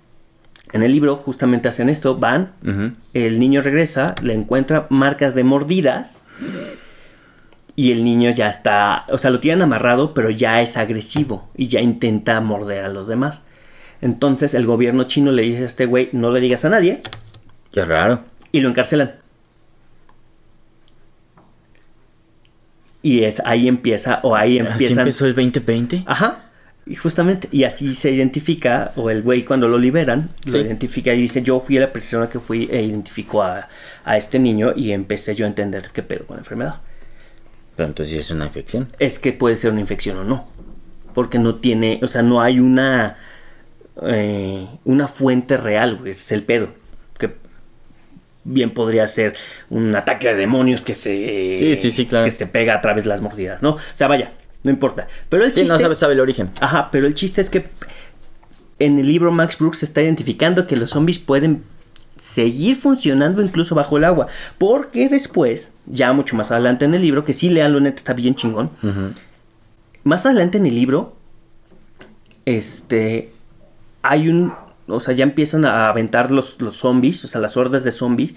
Speaker 4: en el libro justamente hacen esto: van,
Speaker 3: Ujú.
Speaker 4: el niño regresa, le encuentra marcas de mordidas. Y el niño ya está, o sea, lo tienen amarrado, pero ya es agresivo y ya intenta morder a los demás. Entonces el gobierno chino le dice a este güey, no le digas a nadie,
Speaker 3: Qué raro.
Speaker 4: y lo encarcelan. Y es ahí empieza, o ahí
Speaker 3: ¿Así
Speaker 4: empiezan.
Speaker 3: empezó el 2020?
Speaker 4: Ajá. Y justamente, y así se identifica, o el güey cuando lo liberan,
Speaker 3: Sí.
Speaker 4: lo identifica y dice, yo fui la persona que fui e identificó a, a este niño y empecé yo a entender qué pedo con la enfermedad.
Speaker 3: Pero entonces sí es una infección.
Speaker 4: Es que puede ser una infección o no, porque no tiene, o sea, no hay una, eh, una fuente real, güey, ese es el pedo, que bien podría ser un ataque de demonios que se,
Speaker 3: Sí, sí, sí, claro.
Speaker 4: que se pega a través de las mordidas, ¿no? O sea, vaya, no importa. Pero el
Speaker 3: Sí, no
Speaker 4: chiste-
Speaker 3: sabe, sabe el origen.
Speaker 4: Ajá, pero el chiste es que en el libro Max Brooks está identificando que los zombies pueden seguir funcionando incluso bajo el agua. Porque después, ya mucho más adelante en el libro, que sí leanlo, neta, está bien chingón. Más adelante en el libro, este, hay un, o sea, ya empiezan a aventar los, los zombies, o sea, las hordas de zombies,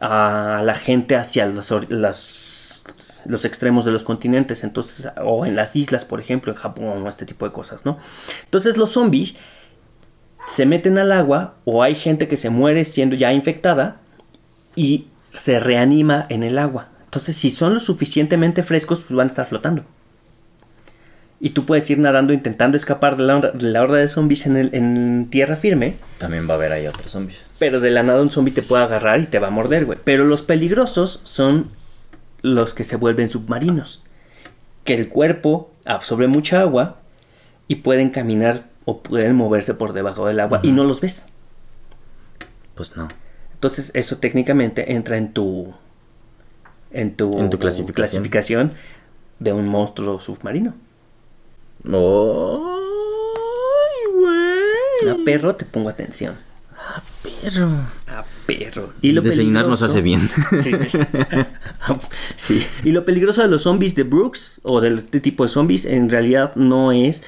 Speaker 4: a la gente hacia los, or- las- los extremos de los continentes, entonces, o en las islas, por ejemplo, en Japón, o este tipo de cosas, ¿no? Entonces los zombies se meten al agua, o hay gente que se muere siendo ya infectada, y se reanima en el agua. Entonces, si son lo suficientemente frescos, pues van a estar flotando. Y tú puedes ir nadando intentando escapar de la, horda- de la horda de zombies en, el- en tierra firme,
Speaker 3: También va a haber ahí otros zombies.
Speaker 4: pero de la nada un zombie te puede agarrar y te va a morder, güey. Pero los peligrosos son los que se vuelven submarinos. Que el cuerpo absorbe mucha agua y pueden caminar o pueden moverse por debajo del agua y no los ves.
Speaker 3: Pues no.
Speaker 4: Entonces, eso técnicamente entra en tu. En tu,
Speaker 3: En tu clasificación.
Speaker 4: clasificación de un monstruo submarino.
Speaker 3: ¡Ay, güey!
Speaker 4: A perro te pongo atención.
Speaker 3: Perro.
Speaker 4: A Ah, perro. Y lo
Speaker 3: Desayunar nos
Speaker 4: peligroso-
Speaker 3: hace bien.
Speaker 4: Sí. Sí. Y lo peligroso de los zombies de Brooks o de este tipo de zombies en realidad no es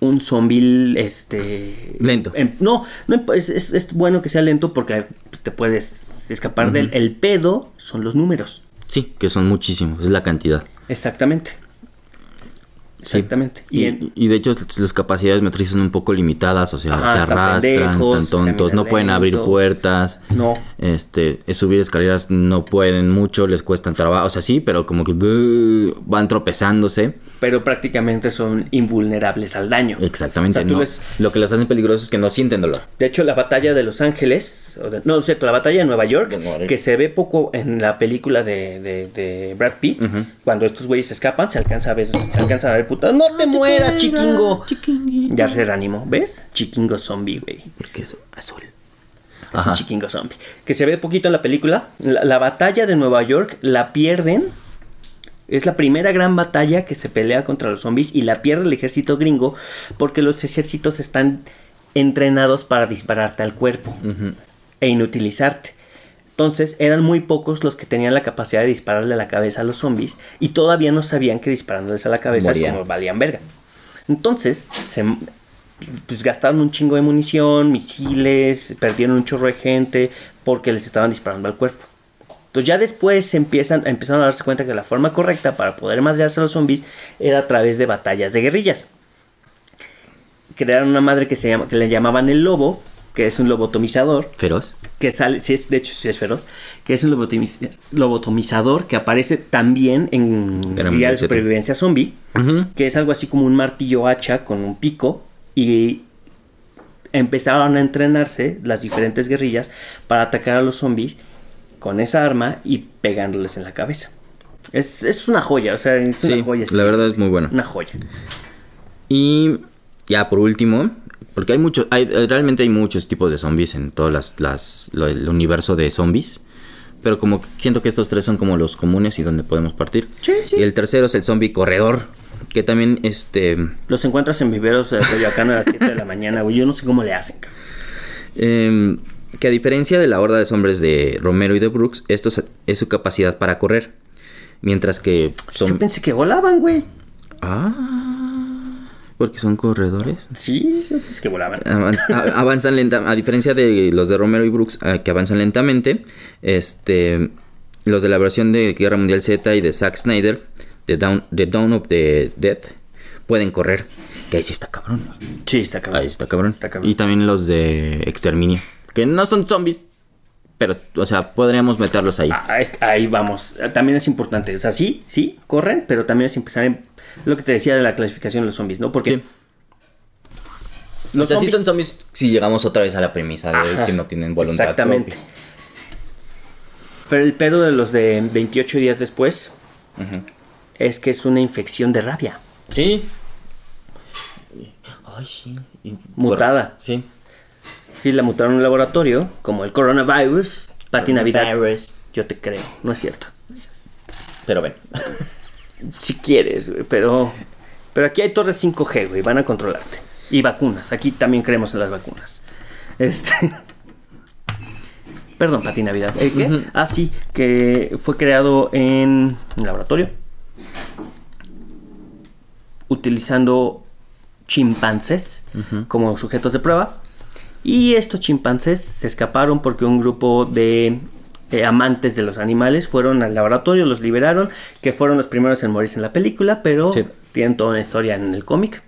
Speaker 4: un zombie este
Speaker 3: Lento.
Speaker 4: em- no, no em- es, es- es bueno que sea lento porque pues, te puedes escapar del el pedo son los números.
Speaker 3: Sí, que son muchísimos, es la cantidad.
Speaker 4: Exactamente.
Speaker 3: Sí.
Speaker 4: Exactamente. Y en-
Speaker 3: Y, y de hecho las capacidades motrices son un poco limitadas, o sea,
Speaker 4: Ajá,
Speaker 3: se
Speaker 4: están
Speaker 3: arrastran,
Speaker 4: pendejos,
Speaker 3: están tontos,
Speaker 4: caminan
Speaker 3: no pueden abrir
Speaker 4: lento.
Speaker 3: puertas,
Speaker 4: no,
Speaker 3: este, subir escaleras no pueden mucho, les cuesta el trabajo, o sea, sí, pero como que uh, van tropezándose.
Speaker 4: pero prácticamente son invulnerables al daño.
Speaker 3: Exactamente.
Speaker 4: O sea, tú
Speaker 3: no.
Speaker 4: ves-
Speaker 3: Lo que los hace peligrosos es que no sienten dolor.
Speaker 4: De hecho, la batalla de Los Ángeles, o de- no, es cierto, la batalla de Nueva York,
Speaker 3: De Nueva York.
Speaker 4: que se ve poco en la película de, de- de Brad Pitt, cuando estos güeyes se escapan, se alcanza a ver, se alcanza a ver putas. ¡No te mueras, chiquingo! Ya se reanimó, ¿ves? Chiquingo zombie, güey.
Speaker 3: Porque es azul.
Speaker 4: Es
Speaker 3: Ajá.
Speaker 4: un chiquingo zombie. Que se ve poquito en la película. La, la batalla de Nueva York la pierden. Es la primera gran batalla que se pelea contra los zombies y la pierde el ejército gringo porque los ejércitos están entrenados para dispararte al cuerpo e inutilizarte. Entonces eran muy pocos los que tenían la capacidad de dispararle a la cabeza a los zombies y todavía no sabían que disparándoles a la cabeza es
Speaker 3: Morían.
Speaker 4: como valían verga. Entonces se, pues gastaron un chingo de munición, misiles, perdieron un chorro de gente porque les estaban disparando al cuerpo. Entonces ya después se empiezan, empezaron a darse cuenta que la forma correcta para poder madrearse a los zombies era a través de batallas de guerrillas. Crearon una madre que, se llama, que le llamaban el lobo, que es un lobotomizador,
Speaker 3: Feroz.
Speaker 4: que sale, si es, de hecho si es feroz, que es un lobotomiz- lobotomizador que aparece también en
Speaker 3: Era
Speaker 4: Guía de
Speaker 3: 17.
Speaker 4: Supervivencia Zombie
Speaker 3: Ujú.
Speaker 4: que es algo así como un martillo hacha con un pico y empezaron a entrenarse las diferentes guerrillas para atacar a los zombies con esa arma y pegándoles en la cabeza. Es, es una joya, o sea, es
Speaker 3: Sí,
Speaker 4: una joya. sí.
Speaker 3: la verdad es muy bueno.
Speaker 4: Una joya.
Speaker 3: Y ya por último, porque hay muchos, hay, eh, realmente hay muchos tipos de zombies en todo las, las, lo- el universo de zombies. Pero como que siento que estos tres son como los comunes y donde podemos partir. Y el tercero es el zombie corredor, que también este
Speaker 4: Los encuentras en viveros de Coyoacán a las 7 de la mañana, güey. Yo no sé cómo le hacen, cabrón.
Speaker 3: em, que a diferencia de la horda de hombres de Romero y de Brooks, esto es, es su capacidad para correr. Mientras que
Speaker 4: Yo
Speaker 3: son...
Speaker 4: pensé que volaban, güey.
Speaker 3: Ah, porque son corredores.
Speaker 4: Sí, yo pensé que volaban.
Speaker 3: Avan- a- avanzan lentamente. A diferencia de los de Romero y Brooks, eh, que avanzan lentamente, este, los de la versión de Guerra Mundial Z y de Zack Snyder, de Down, de Dawn of the Dead, pueden correr. Que ahí sí está cabrón.
Speaker 4: Sí, está cabrón.
Speaker 3: Ahí está cabrón.
Speaker 4: Está cabrón.
Speaker 3: Y también los de Exterminio, que no son zombies, Pero, o sea, podríamos meterlos ahí.
Speaker 4: Ah, es- ahí vamos. También es importante. O sea, sí, sí, corren, pero también es empezar en lo que te decía de la clasificación de los zombies, ¿no? Porque
Speaker 3: Sí.
Speaker 4: los
Speaker 3: o sea, sí
Speaker 4: zombies-
Speaker 3: son zombies si llegamos otra vez a la premisa de
Speaker 4: Ajá,
Speaker 3: que no tienen voluntad.
Speaker 4: Exactamente.
Speaker 3: propia.
Speaker 4: Pero el pedo de los de 28 días después es que es una infección de rabia.
Speaker 3: Sí. Ay, sí. Y-
Speaker 4: Mutada.
Speaker 3: Sí.
Speaker 4: Si la mutaron en un laboratorio, como el coronavirus, Pati Navidad.
Speaker 3: Coronavirus.
Speaker 4: Yo te creo, no es cierto.
Speaker 3: Pero ven.
Speaker 4: Si quieres, güey, pero. Pero aquí hay torres 5G, güey, van a controlarte. Y vacunas, aquí también creemos en las vacunas. Este. Perdón, Pati Navidad. ¿Eh, ¿Qué? Ah, sí, que fue creado en un laboratorio. Utilizando chimpancés como sujetos de prueba. Y estos chimpancés se escaparon porque un grupo de eh, amantes de los animales fueron al laboratorio, los liberaron, que fueron los primeros en morirse en la película, pero
Speaker 3: Sí.
Speaker 4: tienen toda una historia en el cómic.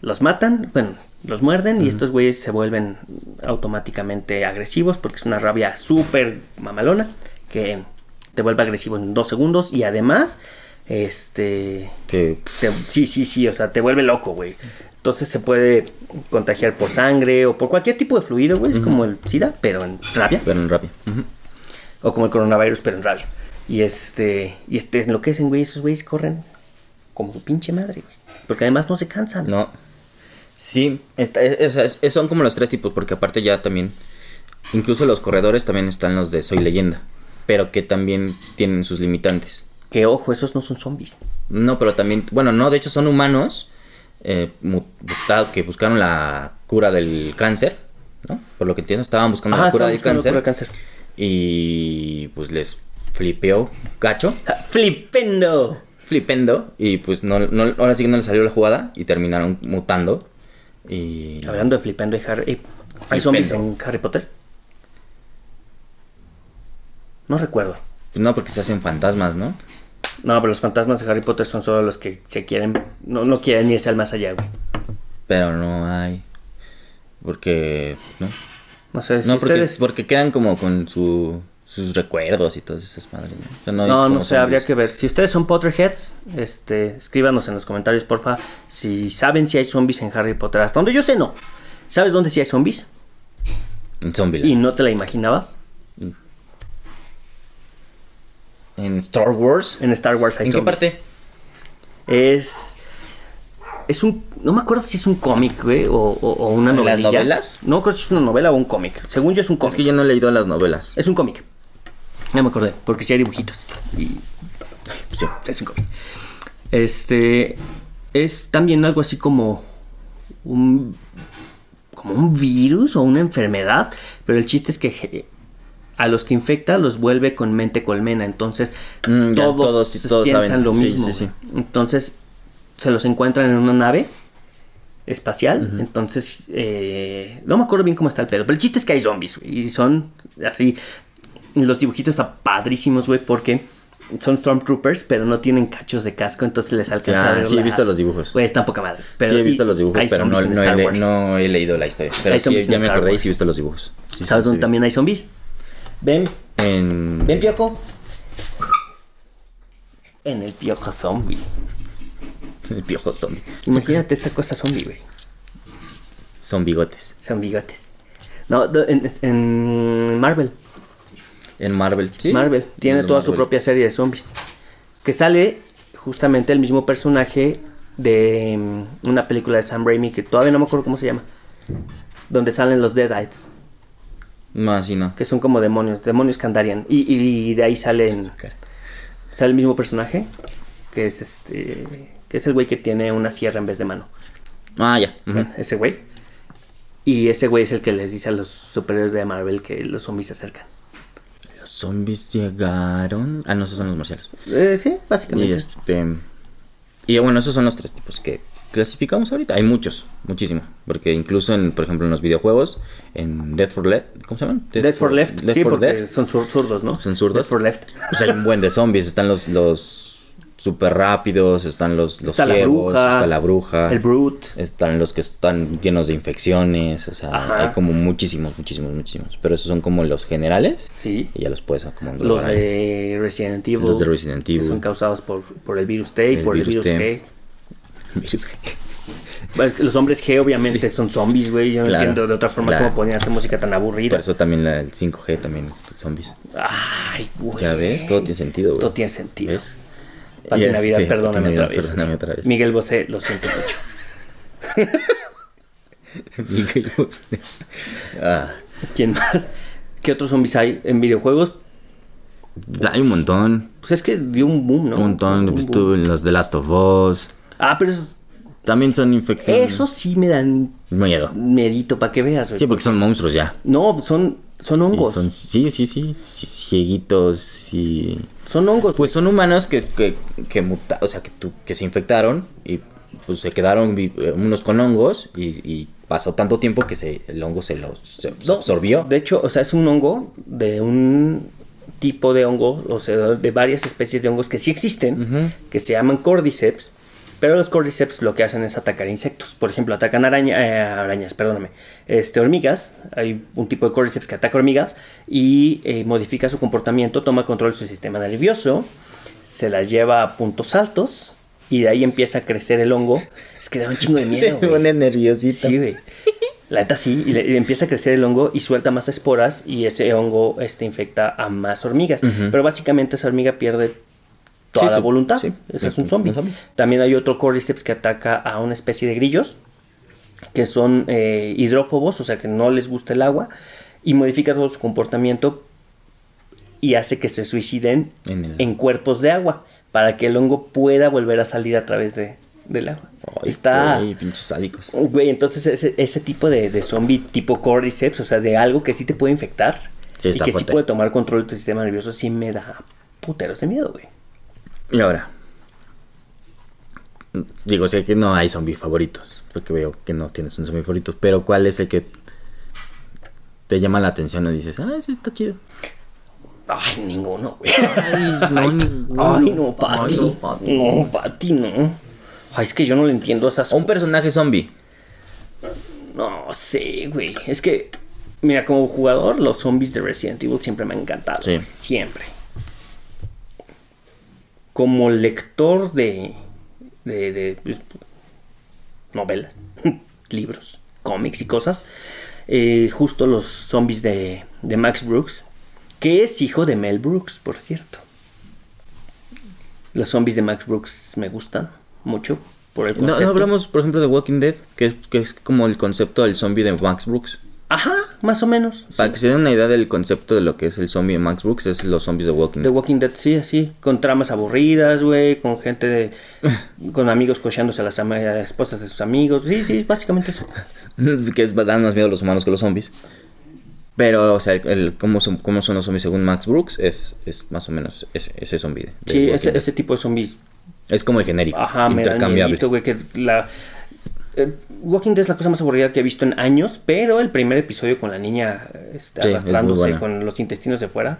Speaker 4: Los matan, bueno, los muerden y estos güeyes se vuelven automáticamente agresivos porque es una rabia súper mamalona que te vuelve agresivo en dos segundos y además, este,
Speaker 3: Que
Speaker 4: se- sí, sí, sí, o sea, te vuelve loco, güey. Entonces se puede contagiar por sangre o por cualquier tipo de fluido, güey. Es como el SIDA, pero en rabia.
Speaker 3: Pero en rápido.
Speaker 4: O como el coronavirus, pero en rabia. Y este, y este, enloquecen, güey. Esos güeyes corren como su pinche madre, güey. Porque además no se cansan.
Speaker 3: No. Sí, esta- es- es- es- son como los tres tipos, porque aparte ya también, incluso los corredores también están los de Soy Leyenda, pero que también tienen sus limitantes.
Speaker 4: Que ojo, esos no son zombies.
Speaker 3: No, pero también, bueno, no, de hecho son humanos eh, mutados que buscaron la cura del cáncer, ¿no? Por lo que entiendo, estaban buscando la cura
Speaker 4: Ah, estaban
Speaker 3: del
Speaker 4: buscando
Speaker 3: cáncer,
Speaker 4: cura cáncer.
Speaker 3: y pues les flipeó gacho,
Speaker 4: Ja, ¡Flipendo!
Speaker 3: flipendo, y pues no, no- ahora sí que no les salió la jugada y terminaron mutando. Y...
Speaker 4: Hablando de flipendo y Harry. eh, ¿Hay zombies en Harry Potter? No recuerdo.
Speaker 3: Pues no, porque se hacen fantasmas, ¿no?
Speaker 4: No, pero los fantasmas de Harry Potter son solo los que se quieren. No, no quieren irse al más allá, güey.
Speaker 3: Pero no hay. Porque. No,
Speaker 4: No sé Pues, si
Speaker 3: no porque,
Speaker 4: ustedes.
Speaker 3: porque quedan como con su, sus recuerdos y todas esas madres. No, O sea, no, es
Speaker 4: No,
Speaker 3: como
Speaker 4: no sé, habría
Speaker 3: zombies.
Speaker 4: que ver. Si ustedes son Potterheads, este, escríbanos en los comentarios, porfa, si saben si hay zombies en Harry Potter. Hasta donde yo sé, no. ¿Sabes dónde sí hay zombies?
Speaker 3: En Zombieland.
Speaker 4: ¿Y no te la imaginabas?
Speaker 3: En Star Wars.
Speaker 4: En Star Wars hay
Speaker 3: ¿En qué
Speaker 4: zombies.
Speaker 3: parte?
Speaker 4: Es. Es un. No me acuerdo si es un cómic, güey, o, o- o una
Speaker 3: ¿Las
Speaker 4: novela.
Speaker 3: novelas?
Speaker 4: No me acuerdo si es una novela o un cómic. Según yo, es un cómic.
Speaker 3: Es que yo no he leído las novelas.
Speaker 4: Es un cómic. Ya me acordé, porque sí hay dibujitos. Y... pues, Sí, es un cómic. Este. Es también algo así como. Un. Como un virus o una enfermedad. Pero el chiste es que. je- A los que infecta los vuelve con mente colmena. Entonces.
Speaker 3: Mm, ya,
Speaker 4: todos,
Speaker 3: todos- todos
Speaker 4: piensan
Speaker 3: saben.
Speaker 4: lo
Speaker 3: Sí,
Speaker 4: mismo.
Speaker 3: sí, sí.
Speaker 4: güey. Entonces. Se los encuentran en una nave espacial. Entonces, eh, no me acuerdo bien cómo está el pedo. Pero el chiste es que hay zombies, güey. Y son así. Los dibujitos están padrísimos, güey, porque son Stormtroopers, pero no tienen cachos de casco. Entonces les alcanza.
Speaker 3: Ah,
Speaker 4: a ver
Speaker 3: sí, he
Speaker 4: la-
Speaker 3: visto los dibujos.
Speaker 4: Güey, están poca madre.
Speaker 3: sí, he
Speaker 4: y
Speaker 3: visto los dibujos,
Speaker 4: hay
Speaker 3: pero no,
Speaker 4: zombies en
Speaker 3: no he,
Speaker 4: Star
Speaker 3: le-
Speaker 4: Wars.
Speaker 3: no he leído la historia. Pero
Speaker 4: Hay
Speaker 3: sí,
Speaker 4: zombies en
Speaker 3: ya me
Speaker 4: Star
Speaker 3: acordé y
Speaker 4: Wars.
Speaker 3: sí he visto los dibujos. Sí, sí,
Speaker 4: ¿Sabes dónde
Speaker 3: sí, he visto.
Speaker 4: también hay zombies? Ven,
Speaker 3: En.
Speaker 4: ven, piojo. En el piojo zombie.
Speaker 3: El piojo zombie.
Speaker 4: Imagínate esta cosa zombie, güey.
Speaker 3: Son bigotes.
Speaker 4: Son bigotes. No, do- en- en Marvel.
Speaker 3: En Marvel, sí.
Speaker 4: Marvel tiene
Speaker 3: En
Speaker 4: toda su
Speaker 3: Marvel.
Speaker 4: propia serie de zombies. Que sale justamente el mismo personaje de mm, una película de Sam Raimi que todavía no me acuerdo cómo se llama. Donde salen los Deadites,
Speaker 3: No, sí, no.
Speaker 4: que son como demonios, demonios Kandarian. Y, y- y de ahí salen, sale el mismo personaje, que es este, que es el güey que tiene una sierra en vez de mano.
Speaker 3: Ah, ya. ujú.
Speaker 4: Ese güey. Y ese güey es el que les dice a los superhéroes de Marvel que los zombies se acercan.
Speaker 3: Los zombies llegaron. Ah, no, esos son los marciales.
Speaker 4: Eh, sí,
Speaker 3: Y
Speaker 4: básicamente.
Speaker 3: este. Y bueno, esos son los tres tipos que clasificamos ahorita. Hay muchos, muchísimos. Porque incluso en, por ejemplo, en los videojuegos, en Dead for Left, ¿cómo se llaman?
Speaker 4: Dead for Left,
Speaker 3: Dead
Speaker 4: sí,
Speaker 3: for
Speaker 4: porque
Speaker 3: Left.
Speaker 4: son zur- zurdos, ¿no?
Speaker 3: Son zurdos.
Speaker 4: Dead for Left.
Speaker 3: Pues hay un buen de zombies. Están los, los súper rápidos, están los, los
Speaker 4: Está la
Speaker 3: ciegos,
Speaker 4: bruja,
Speaker 3: está la bruja,
Speaker 4: El Brute.
Speaker 3: están los que están llenos de infecciones, o sea,
Speaker 4: Ajá.
Speaker 3: hay como muchísimos, muchísimos, muchísimos. Pero esos son como los generales
Speaker 4: Sí.
Speaker 3: y ya los puedes como
Speaker 4: Los de Resident Evil.
Speaker 3: Los de Resident
Speaker 4: Que
Speaker 3: Evil.
Speaker 4: son causados por, por el virus T y
Speaker 3: El
Speaker 4: por el
Speaker 3: virus
Speaker 4: virus
Speaker 3: T.
Speaker 4: G. Bueno, Los hombres G obviamente son zombies, güey. Yo no
Speaker 3: Claro,
Speaker 4: entiendo de otra forma
Speaker 3: claro.
Speaker 4: cómo podían hacer música tan
Speaker 3: Por
Speaker 4: aburrida.
Speaker 3: eso también la- el 5G también es zombies.
Speaker 4: Ay, güey.
Speaker 3: Ya ves, todo tiene sentido, güey.
Speaker 4: Todo tiene sentido.
Speaker 3: ¿Ves?
Speaker 4: Pati
Speaker 3: Y
Speaker 4: Navidad,
Speaker 3: este,
Speaker 4: perdóname,
Speaker 3: Pati Navidad,
Speaker 4: otra vez.
Speaker 3: perdóname otra vez.
Speaker 4: Miguel Bosé, lo siento mucho.
Speaker 3: Miguel Bosé. Ah,
Speaker 4: ¿Quién más? ¿Qué otros zombies hay en videojuegos?
Speaker 3: hay un montón.
Speaker 4: Pues es que dio un boom, ¿no?
Speaker 3: Un montón.
Speaker 4: Un
Speaker 3: pues,
Speaker 4: boom.
Speaker 3: tú, los de Last of Us.
Speaker 4: Ah, pero eso,
Speaker 3: También son infecciones.
Speaker 4: eso sí me dan
Speaker 3: Miedo.
Speaker 4: medito para que veas, güey.
Speaker 3: Sí, porque son monstruos ya.
Speaker 4: No, son, son
Speaker 3: Y
Speaker 4: hongos. Son...
Speaker 3: Son, sí, sí, sí, sí, Cieguitos y.
Speaker 4: hongos.
Speaker 3: Pues son humanos que, que, que muta- o sea, que, tu- que se infectaron y pues se quedaron vi- eh, unos con hongos y, y pasó tanto tiempo que se, el hongo se los se- se
Speaker 4: No,
Speaker 3: absorbió.
Speaker 4: De hecho, o sea, es un hongo de un tipo de hongo, o sea, de varias especies de hongos que sí existen, que se llaman cordyceps. Pero los cordyceps lo que hacen es atacar insectos. Por ejemplo, atacan araña, eh, arañas, perdóname, este, hormigas. Hay un tipo de cordyceps que ataca hormigas y eh, modifica su comportamiento, toma control de su sistema nervioso, se las lleva a puntos altos y de ahí empieza a crecer el hongo. Es que da un chingo de miedo. güey.
Speaker 3: nerviosito.
Speaker 4: Sí, güey. La neta sí, y le- y empieza a crecer el hongo y suelta más esporas y ese hongo este, infecta a más hormigas. Pero básicamente esa hormiga pierde toda
Speaker 3: Sí,
Speaker 4: la
Speaker 3: su-
Speaker 4: voluntad.
Speaker 3: sí.
Speaker 4: Ese es un zombie.
Speaker 3: Un zombie.
Speaker 4: También hay otro cordyceps que ataca a una especie de grillos que son eh, hidrófobos, o sea que no les gusta el agua y modifica todo su comportamiento y hace que se suiciden
Speaker 3: En el-
Speaker 4: en cuerpos de agua para que el hongo pueda volver a salir a través de, del agua.
Speaker 3: Ay,
Speaker 4: Está...
Speaker 3: güey, pinches sádicos.
Speaker 4: Güey, entonces ese, ese tipo de, de zombie tipo cordyceps, o sea, de algo que sí te puede infectar
Speaker 3: Sí,
Speaker 4: y
Speaker 3: está
Speaker 4: que sí
Speaker 3: fuerte.
Speaker 4: puede tomar control de tu sistema nervioso, sí me da puteros de miedo, güey.
Speaker 3: Y ahora. Digo, sé que no hay zombies favoritos. Porque veo que no tienes un zombie favorito. Pero ¿cuál es el que te llama la atención o dices, ah, ese está chido?
Speaker 4: Ay, ninguno, güey.
Speaker 3: Ay, no, ninguno.
Speaker 4: Ay, no, Pati.
Speaker 3: Ay, no,
Speaker 4: No,
Speaker 3: Pati.
Speaker 4: Pati, no. Ay, es que yo no le entiendo a esas
Speaker 3: O un personaje zombie.
Speaker 4: No sé, güey. Es que, mira, como jugador, los zombies de Resident Evil siempre me han encantado.
Speaker 3: Sí.
Speaker 4: güey. Siempre. Como lector de. de. de, pues, novelas, libros, cómics y cosas. eh, justo los zombies de, de Max Brooks. Que es hijo de Mel Brooks, por cierto. Los zombies de Max Brooks me gustan mucho. Por el
Speaker 3: No,
Speaker 4: concepto.
Speaker 3: no hablamos, por ejemplo, de Walking Dead, que, es- que es como el concepto del zombie de Max Brooks.
Speaker 4: Ajá, más o menos.
Speaker 3: Para que se den una idea del concepto de lo que es el zombie de Max Brooks, es los zombies de Walking
Speaker 4: The
Speaker 3: Dead.
Speaker 4: Walking Dead, sí, así, con tramas aburridas, güey, con gente de... con amigos cocheándose a las, ama- a las esposas de sus amigos, sí, sí, básicamente eso.
Speaker 3: que es, dan más miedo a los humanos que los zombies. Pero, o sea, el, el- cómo, son, cómo son los zombies según Max Brooks es, es más o menos ese, ese zombie. de- de
Speaker 4: Sí,
Speaker 3: Walking
Speaker 4: ese,
Speaker 3: Dead.
Speaker 4: ese tipo de zombies,
Speaker 3: Es como el genérico,
Speaker 4: ajá, me dan
Speaker 3: intercambiable.
Speaker 4: miedito, güey, que la... eh, Walking Dead es la cosa más aburrida que he visto en años, pero el primer episodio con la niña este,
Speaker 3: Sí, es muy
Speaker 4: arrastrándose
Speaker 3: buena.
Speaker 4: con los intestinos de fuera,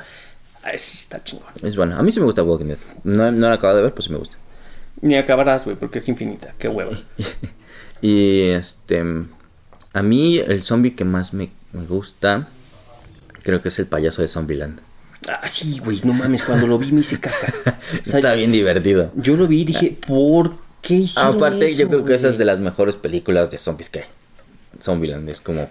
Speaker 4: ay, sí, está chingón.
Speaker 3: es bueno, a mí sí me gusta Walking Dead. No, no la acabo de ver, pues sí me gusta.
Speaker 4: Ni acabarás, güey, porque es infinita, qué huevo.
Speaker 3: Y este. A mí, el zombie que más me, me gusta. Creo que es el payaso de Zombieland.
Speaker 4: Ah, sí, güey, no mames, cuando lo vi me hice caca. O sea,
Speaker 3: Está bien divertido.
Speaker 4: Yo lo vi y dije, ¿por qué hicieron
Speaker 3: Aparte, yo
Speaker 4: eso,
Speaker 3: creo que
Speaker 4: güey?
Speaker 3: esa es de las mejores películas de zombies que hay. Zombieland es como.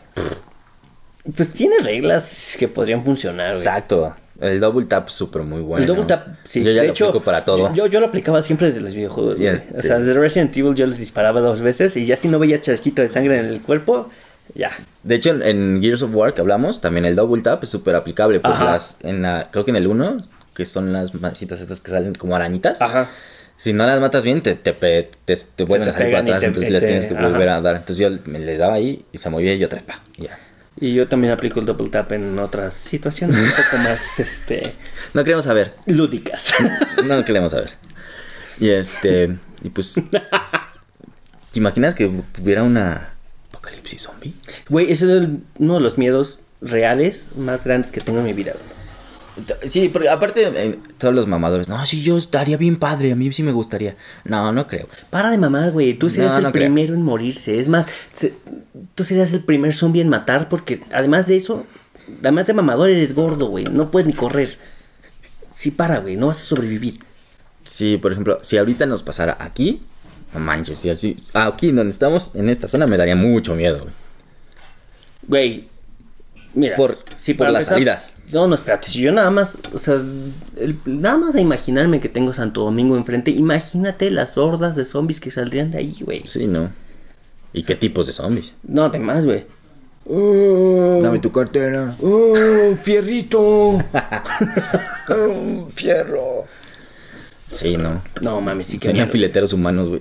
Speaker 4: Pues tiene reglas que podrían funcionar, güey.
Speaker 3: Exacto. El double tap es súper muy bueno.
Speaker 4: El double tap, sí.
Speaker 3: Yo ya
Speaker 4: de
Speaker 3: lo
Speaker 4: hecho,
Speaker 3: aplico para todo.
Speaker 4: Yo, yo lo aplicaba siempre desde los videojuegos. güey.
Speaker 3: Yes,
Speaker 4: O sea,
Speaker 3: sí.
Speaker 4: desde Resident Evil yo les disparaba dos veces y ya si no veía charquito de sangre en el cuerpo, ya.
Speaker 3: De hecho, en, en Gears of War que hablamos, también el double tap es súper aplicable. Pues
Speaker 4: Ajá.
Speaker 3: las, en la, creo que en el 1, que son las masitas estas que salen como arañitas.
Speaker 4: Ajá.
Speaker 3: Si no las matas bien, te, te, pe- te, te vuelven
Speaker 4: te
Speaker 3: a salir para
Speaker 4: pegan y
Speaker 3: atrás,
Speaker 4: te-
Speaker 3: entonces
Speaker 4: y
Speaker 3: les
Speaker 4: te-
Speaker 3: tienes que
Speaker 4: ajá.
Speaker 3: volver a dar. Entonces yo me le daba ahí y se movía y yo trepa. y Ya.
Speaker 4: Y yo también aplico el double tap en otras situaciones un poco más, este,
Speaker 3: No queremos saber.
Speaker 4: lúdicas.
Speaker 3: No queremos saber. Y este. Y pues. ¿Te imaginas que hubiera una apocalipsis zombie?
Speaker 4: Güey, ese es el- uno de los miedos reales más grandes que tengo en mi vida, güey.
Speaker 3: Sí, porque aparte, eh, todos los mamadores, no, sí, yo estaría bien padre, a mí sí me gustaría. No, no creo.
Speaker 4: Para de mamar, güey. Tú serías
Speaker 3: No,
Speaker 4: el
Speaker 3: no creo.
Speaker 4: primero en morirse. Es más, se- tú serías el primer zombie en matar porque además de eso, además de mamador, eres gordo, güey. No puedes ni correr. Sí, para, güey. No vas a sobrevivir.
Speaker 3: Sí, por ejemplo, si ahorita nos pasara aquí, no manches, si así, aquí donde estamos, en esta zona, me daría mucho miedo, güey.
Speaker 4: Güey. Mira,
Speaker 3: Por- por
Speaker 4: para
Speaker 3: las salidas.
Speaker 4: No, no, espérate. Si yo nada más, o sea, el- nada más de imaginarme que tengo Santo Domingo enfrente, imagínate las hordas de zombies que saldrían de ahí, güey.
Speaker 3: Sí, no. ¿Y qué tipos de zombies?
Speaker 4: No, además, güey. Uh.
Speaker 3: Dame tu cartera.
Speaker 4: ¡Oh, fierrito! Uh,
Speaker 3: Fierro. Sí, no.
Speaker 4: No, mami, sí que
Speaker 3: Serían
Speaker 4: miedo.
Speaker 3: fileteros humanos, güey.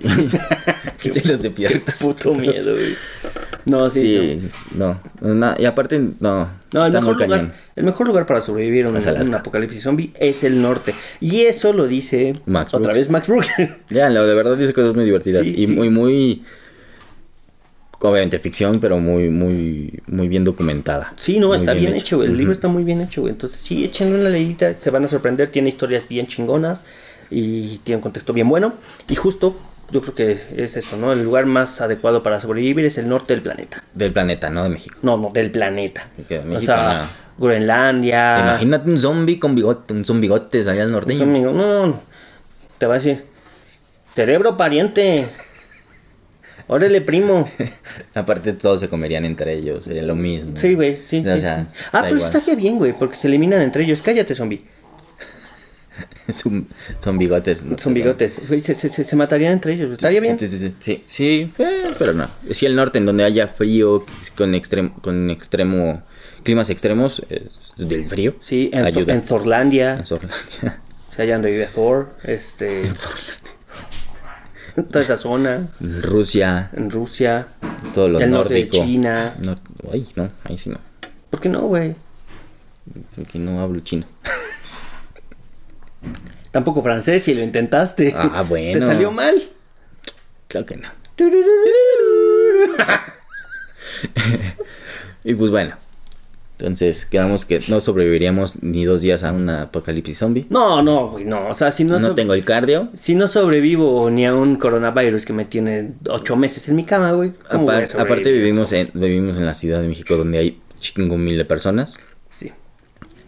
Speaker 3: Fileteros de piernas.
Speaker 4: Puto miedo, güey. No, sí.
Speaker 3: Sí, no. no, Y aparte, no.
Speaker 4: No, el
Speaker 3: está
Speaker 4: mejor,
Speaker 3: muy
Speaker 4: lugar,
Speaker 3: cañón.
Speaker 4: el mejor lugar para sobrevivir a un,
Speaker 3: Es Alaska.
Speaker 4: un apocalipsis zombie es el norte. Y eso lo dice
Speaker 3: Max
Speaker 4: otra
Speaker 3: Brooks.
Speaker 4: vez Max Brooks.
Speaker 3: Léanlo, de verdad dice cosas muy divertidas.
Speaker 4: Sí,
Speaker 3: y
Speaker 4: sí.
Speaker 3: muy, muy. Obviamente ficción, pero muy, muy, muy bien documentada.
Speaker 4: sí, no,
Speaker 3: Muy
Speaker 4: está bien, hecho, güey. El
Speaker 3: Ujú.
Speaker 4: libro está muy bien hecho, güey. Entonces, sí, échenle una leidita, se van a sorprender. Tiene historias bien chingonas y tiene un contexto bien bueno. Y justo, yo creo que es eso, ¿no? El lugar más adecuado para sobrevivir es el norte del planeta.
Speaker 3: Del planeta, no de México.
Speaker 4: No, no, del planeta.
Speaker 3: Que de
Speaker 4: o
Speaker 3: México,
Speaker 4: sea, Groenlandia.
Speaker 3: Imagínate un zombie con bigote, un zombigotes allá
Speaker 4: Ah.
Speaker 3: al
Speaker 4: Un
Speaker 3: norteño.
Speaker 4: amigo, no, no, te va a decir, cerebro pariente, órale primo.
Speaker 3: Aparte, todos se comerían entre ellos, sería lo mismo.
Speaker 4: Sí, güey, sí,
Speaker 3: O
Speaker 4: sí,
Speaker 3: sea,
Speaker 4: sí. Ah,
Speaker 3: da
Speaker 4: pero eso
Speaker 3: igual.
Speaker 4: estaría bien, güey, porque se eliminan entre ellos. Cállate, zombie.
Speaker 3: Son, son bigotes. no Este, sé,
Speaker 4: Son bigotes. Güey, se, se- se- se matarían entre ellos. Estaría bien.
Speaker 3: Sí, sí, sí. Sí, sí, eh, pero no. Si el norte, en donde haya frío, con, extremo, con extremo. climas extremos, es del frío.
Speaker 4: Sí, en, Zo-
Speaker 3: ayuda. Ah.
Speaker 4: en Zorlandia.
Speaker 3: En Zorlandia.
Speaker 4: O sea, allá donde vive Thor. Este. Toda esa zona.
Speaker 3: En Rusia,
Speaker 4: En Rusia.
Speaker 3: todo lo
Speaker 4: El norte de
Speaker 3: nórdico.
Speaker 4: China.
Speaker 3: Nor- Ay, no, ahí sí no.
Speaker 4: ¿Por qué no, güey?
Speaker 3: Porque no hablo chino.
Speaker 4: Tampoco francés si lo intentaste.
Speaker 3: Ah,
Speaker 4: Te
Speaker 3: bueno.
Speaker 4: salió mal.
Speaker 3: Claro que no. y pues bueno. Entonces, quedamos que no sobreviviríamos ni dos días a un apocalipsis zombie.
Speaker 4: No, no, güey, no. O sea, si no,
Speaker 3: No,
Speaker 4: so-
Speaker 3: tengo el cardio.
Speaker 4: Si no sobrevivo ni a un coronavirus que me tiene ocho meses en mi cama, güey. ¿cómo voy a
Speaker 3: Apar- aparte
Speaker 4: sobrevivir?
Speaker 3: vivimos en, vivimos en la Ciudad de México donde hay chingo mil de personas.
Speaker 4: Sí.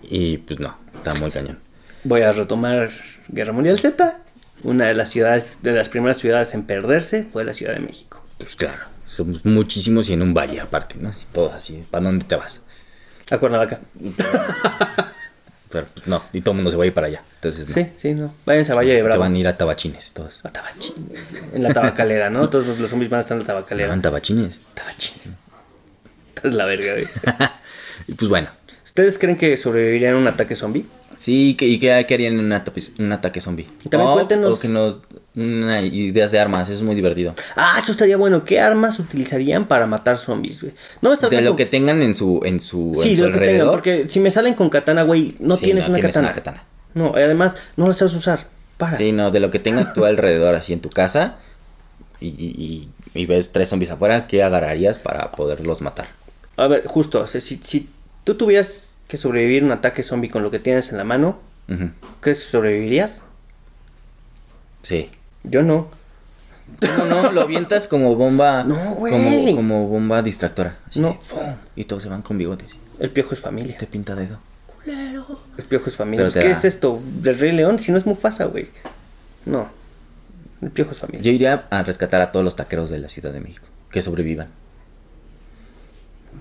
Speaker 3: Y pues no, está muy cañón.
Speaker 4: Voy a retomar Guerra Mundial Z. Una de las ciudades, de las primeras ciudades en perderse fue la Ciudad de México.
Speaker 3: Pues claro, somos muchísimos y en un valle aparte, ¿no? Y Todos así, ¿para dónde te vas?
Speaker 4: A Cuernavaca.
Speaker 3: Pero pues no, y todo el mundo se va a ir para allá. Entonces no,
Speaker 4: Sí, sí, no. Váyanse a Valle de
Speaker 3: te
Speaker 4: Bravo.
Speaker 3: van a ir a Tabachines todos.
Speaker 4: A Tabachines. En la tabacalera, ¿no? Todos los zombies van a estar en la
Speaker 3: Te
Speaker 4: tabacalera.
Speaker 3: van a Tabachines.
Speaker 4: Tabachines. Esta es la verga, güey.
Speaker 3: Y pues bueno,
Speaker 4: ¿Ustedes creen que sobrevivirían a un ataque zombie?
Speaker 3: sí, que- ¿y qué, qué harían en un, atape- un ataque zombie?
Speaker 4: Y también
Speaker 3: O-
Speaker 4: cuéntenos-
Speaker 3: O que nos... Una, ideas de armas, eso es muy divertido.
Speaker 4: Ah, eso estaría bueno. ¿Qué armas utilizarían para matar zombies, güey? No me
Speaker 3: De lo que tengan en su, en su, en
Speaker 4: Sí,
Speaker 3: su
Speaker 4: lo que tengan,
Speaker 3: alrededor.
Speaker 4: porque si me salen con katana, güey, no
Speaker 3: Sí,
Speaker 4: tienes,
Speaker 3: no
Speaker 4: una,
Speaker 3: tienes
Speaker 4: katana.
Speaker 3: una katana.
Speaker 4: No, y además, no la sabes usar. Para.
Speaker 3: Sí, no, de lo que tengas tú alrededor, así en tu casa, y, y- y- y ves tres zombies afuera, ¿qué agarrarías para poderlos matar?
Speaker 4: A ver, justo, o sea, si, si tú tuvieras que sobrevivir un ataque zombie con lo que tienes en la mano,
Speaker 3: Ujú,
Speaker 4: ¿crees que sobrevivirías?
Speaker 3: Sí.
Speaker 4: Yo no.
Speaker 3: No, no, lo avientas como bomba.
Speaker 4: No, güey.
Speaker 3: Como, como bomba distractora. así,
Speaker 4: No.
Speaker 3: ¡fum! Y todos se van con bigotes.
Speaker 4: El piojo es familia.
Speaker 3: Te pinta dedo.
Speaker 4: El piojo es familia.
Speaker 3: Pero te
Speaker 4: ¿Qué
Speaker 3: da-
Speaker 4: es esto? ¿Del Rey León? Si no es Mufasa, güey. No. El piojo es familia.
Speaker 3: Yo iría a rescatar a todos los taqueros de la Ciudad de México. Que sobrevivan.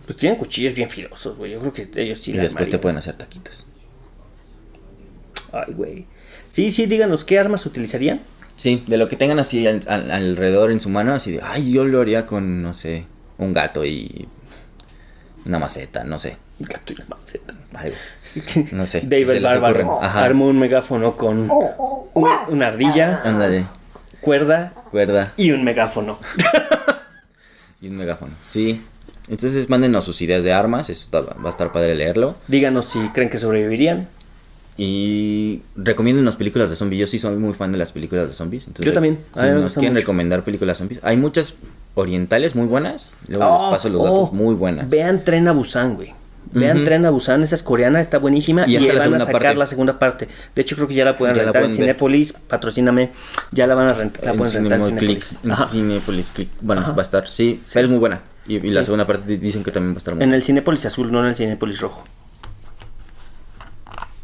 Speaker 4: Pues tienen cuchillos bien filosos, güey. Yo creo que ellos sí
Speaker 3: Y,
Speaker 4: la
Speaker 3: después te
Speaker 4: armarían.
Speaker 3: pueden hacer taquitos.
Speaker 4: Ay, güey. Sí, sí, díganos, ¿qué armas utilizarían?
Speaker 3: Sí, de lo que tengan así al- al- alrededor en su mano, así de, ay, yo lo haría con, no sé, un gato y una maceta, no sé,
Speaker 4: El gato y la maceta.
Speaker 3: algo.
Speaker 4: Sí, que-
Speaker 3: No sé, se
Speaker 4: David
Speaker 3: les ocurren.
Speaker 4: Bárbaro
Speaker 3: Ajá.
Speaker 4: armó un megáfono con un- una ardilla,
Speaker 3: Ándale,
Speaker 4: cuerda
Speaker 3: cuerda
Speaker 4: y un megáfono.
Speaker 3: y un megáfono. Sí. Entonces mándenos sus ideas de armas, eso está- va a estar padre leerlo.
Speaker 4: Díganos si creen que sobrevivirían.
Speaker 3: Y recomiéndenos películas de zombies. Yo sí soy muy fan de las películas de zombies. entonces,
Speaker 4: Yo también. A
Speaker 3: Si
Speaker 4: mí me
Speaker 3: nos
Speaker 4: gusta
Speaker 3: quieren
Speaker 4: mucho.
Speaker 3: recomendar películas zombies, hay muchas orientales muy buenas. Luego les
Speaker 4: Oh,
Speaker 3: paso los
Speaker 4: oh,
Speaker 3: datos muy buenas.
Speaker 4: Vean Tren a Busan, güey. Vean
Speaker 3: Ujú.
Speaker 4: Tren a Busan, esa es coreana, está buenísima.
Speaker 3: Y
Speaker 4: Y,
Speaker 3: hasta la
Speaker 4: van a
Speaker 3: segunda
Speaker 4: sacar
Speaker 3: parte.
Speaker 4: la segunda parte. De hecho, creo que ya la pueden
Speaker 3: Ya la
Speaker 4: rentar en
Speaker 3: pueden ver.
Speaker 4: Cinépolis. Patrocíname. Ya la van a rentar. La
Speaker 3: en
Speaker 4: pueden rentar en
Speaker 3: Cinepolis Click.
Speaker 4: Cinépolis.
Speaker 3: En
Speaker 4: Ajá.
Speaker 3: Cinepolis Click. Bueno, va a estar, sí, Pero es muy buena. Y, y la
Speaker 4: Sí.
Speaker 3: segunda parte dicen que también va a estar muy
Speaker 4: En el Cinépolis azul, no en el Cinépolis rojo.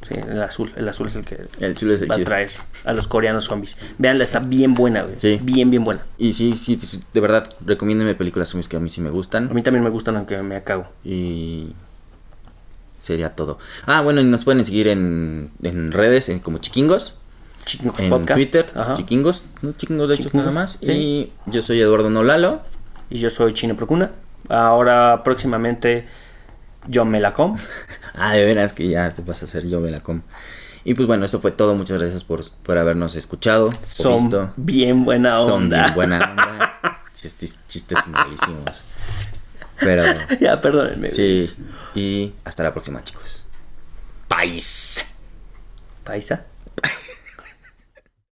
Speaker 4: Sí, el azul. El azul es el que
Speaker 3: El chulo es el
Speaker 4: va a
Speaker 3: chido.
Speaker 4: traer a los coreanos zombies. Veanla, está bien buena, güey.
Speaker 3: Sí.
Speaker 4: Bien, bien buena.
Speaker 3: Y sí, sí, sí, de verdad, recomiéndeme películas zombies que a mí sí me
Speaker 4: A
Speaker 3: gustan.
Speaker 4: mí también me gustan, aunque me acago.
Speaker 3: Y sería todo. Ah, bueno, y nos pueden seguir en, en redes en, como Chiquingos.
Speaker 4: Chicos,
Speaker 3: En
Speaker 4: podcast.
Speaker 3: Twitter,
Speaker 4: Ajá.
Speaker 3: Chiquingos. ¿no? Chiquingos, de hecho,
Speaker 4: Chiquingos,
Speaker 3: nada más.
Speaker 4: sí.
Speaker 3: Y yo soy Eduardo Nolalo.
Speaker 4: Y yo soy Chino Procuna. Ahora, próximamente, John Melacom.
Speaker 3: Ah, de veras que ya te vas a hacer yo, Velacom. Y pues bueno, esto fue todo. Muchas gracias por, por habernos escuchado. por
Speaker 4: Son
Speaker 3: visto.
Speaker 4: bien buena onda.
Speaker 3: Son bien buena onda. Chistes, chistes malísimos. Pero
Speaker 4: ya, perdónenme.
Speaker 3: sí. Y hasta la próxima, chicos. País.
Speaker 4: Paisa.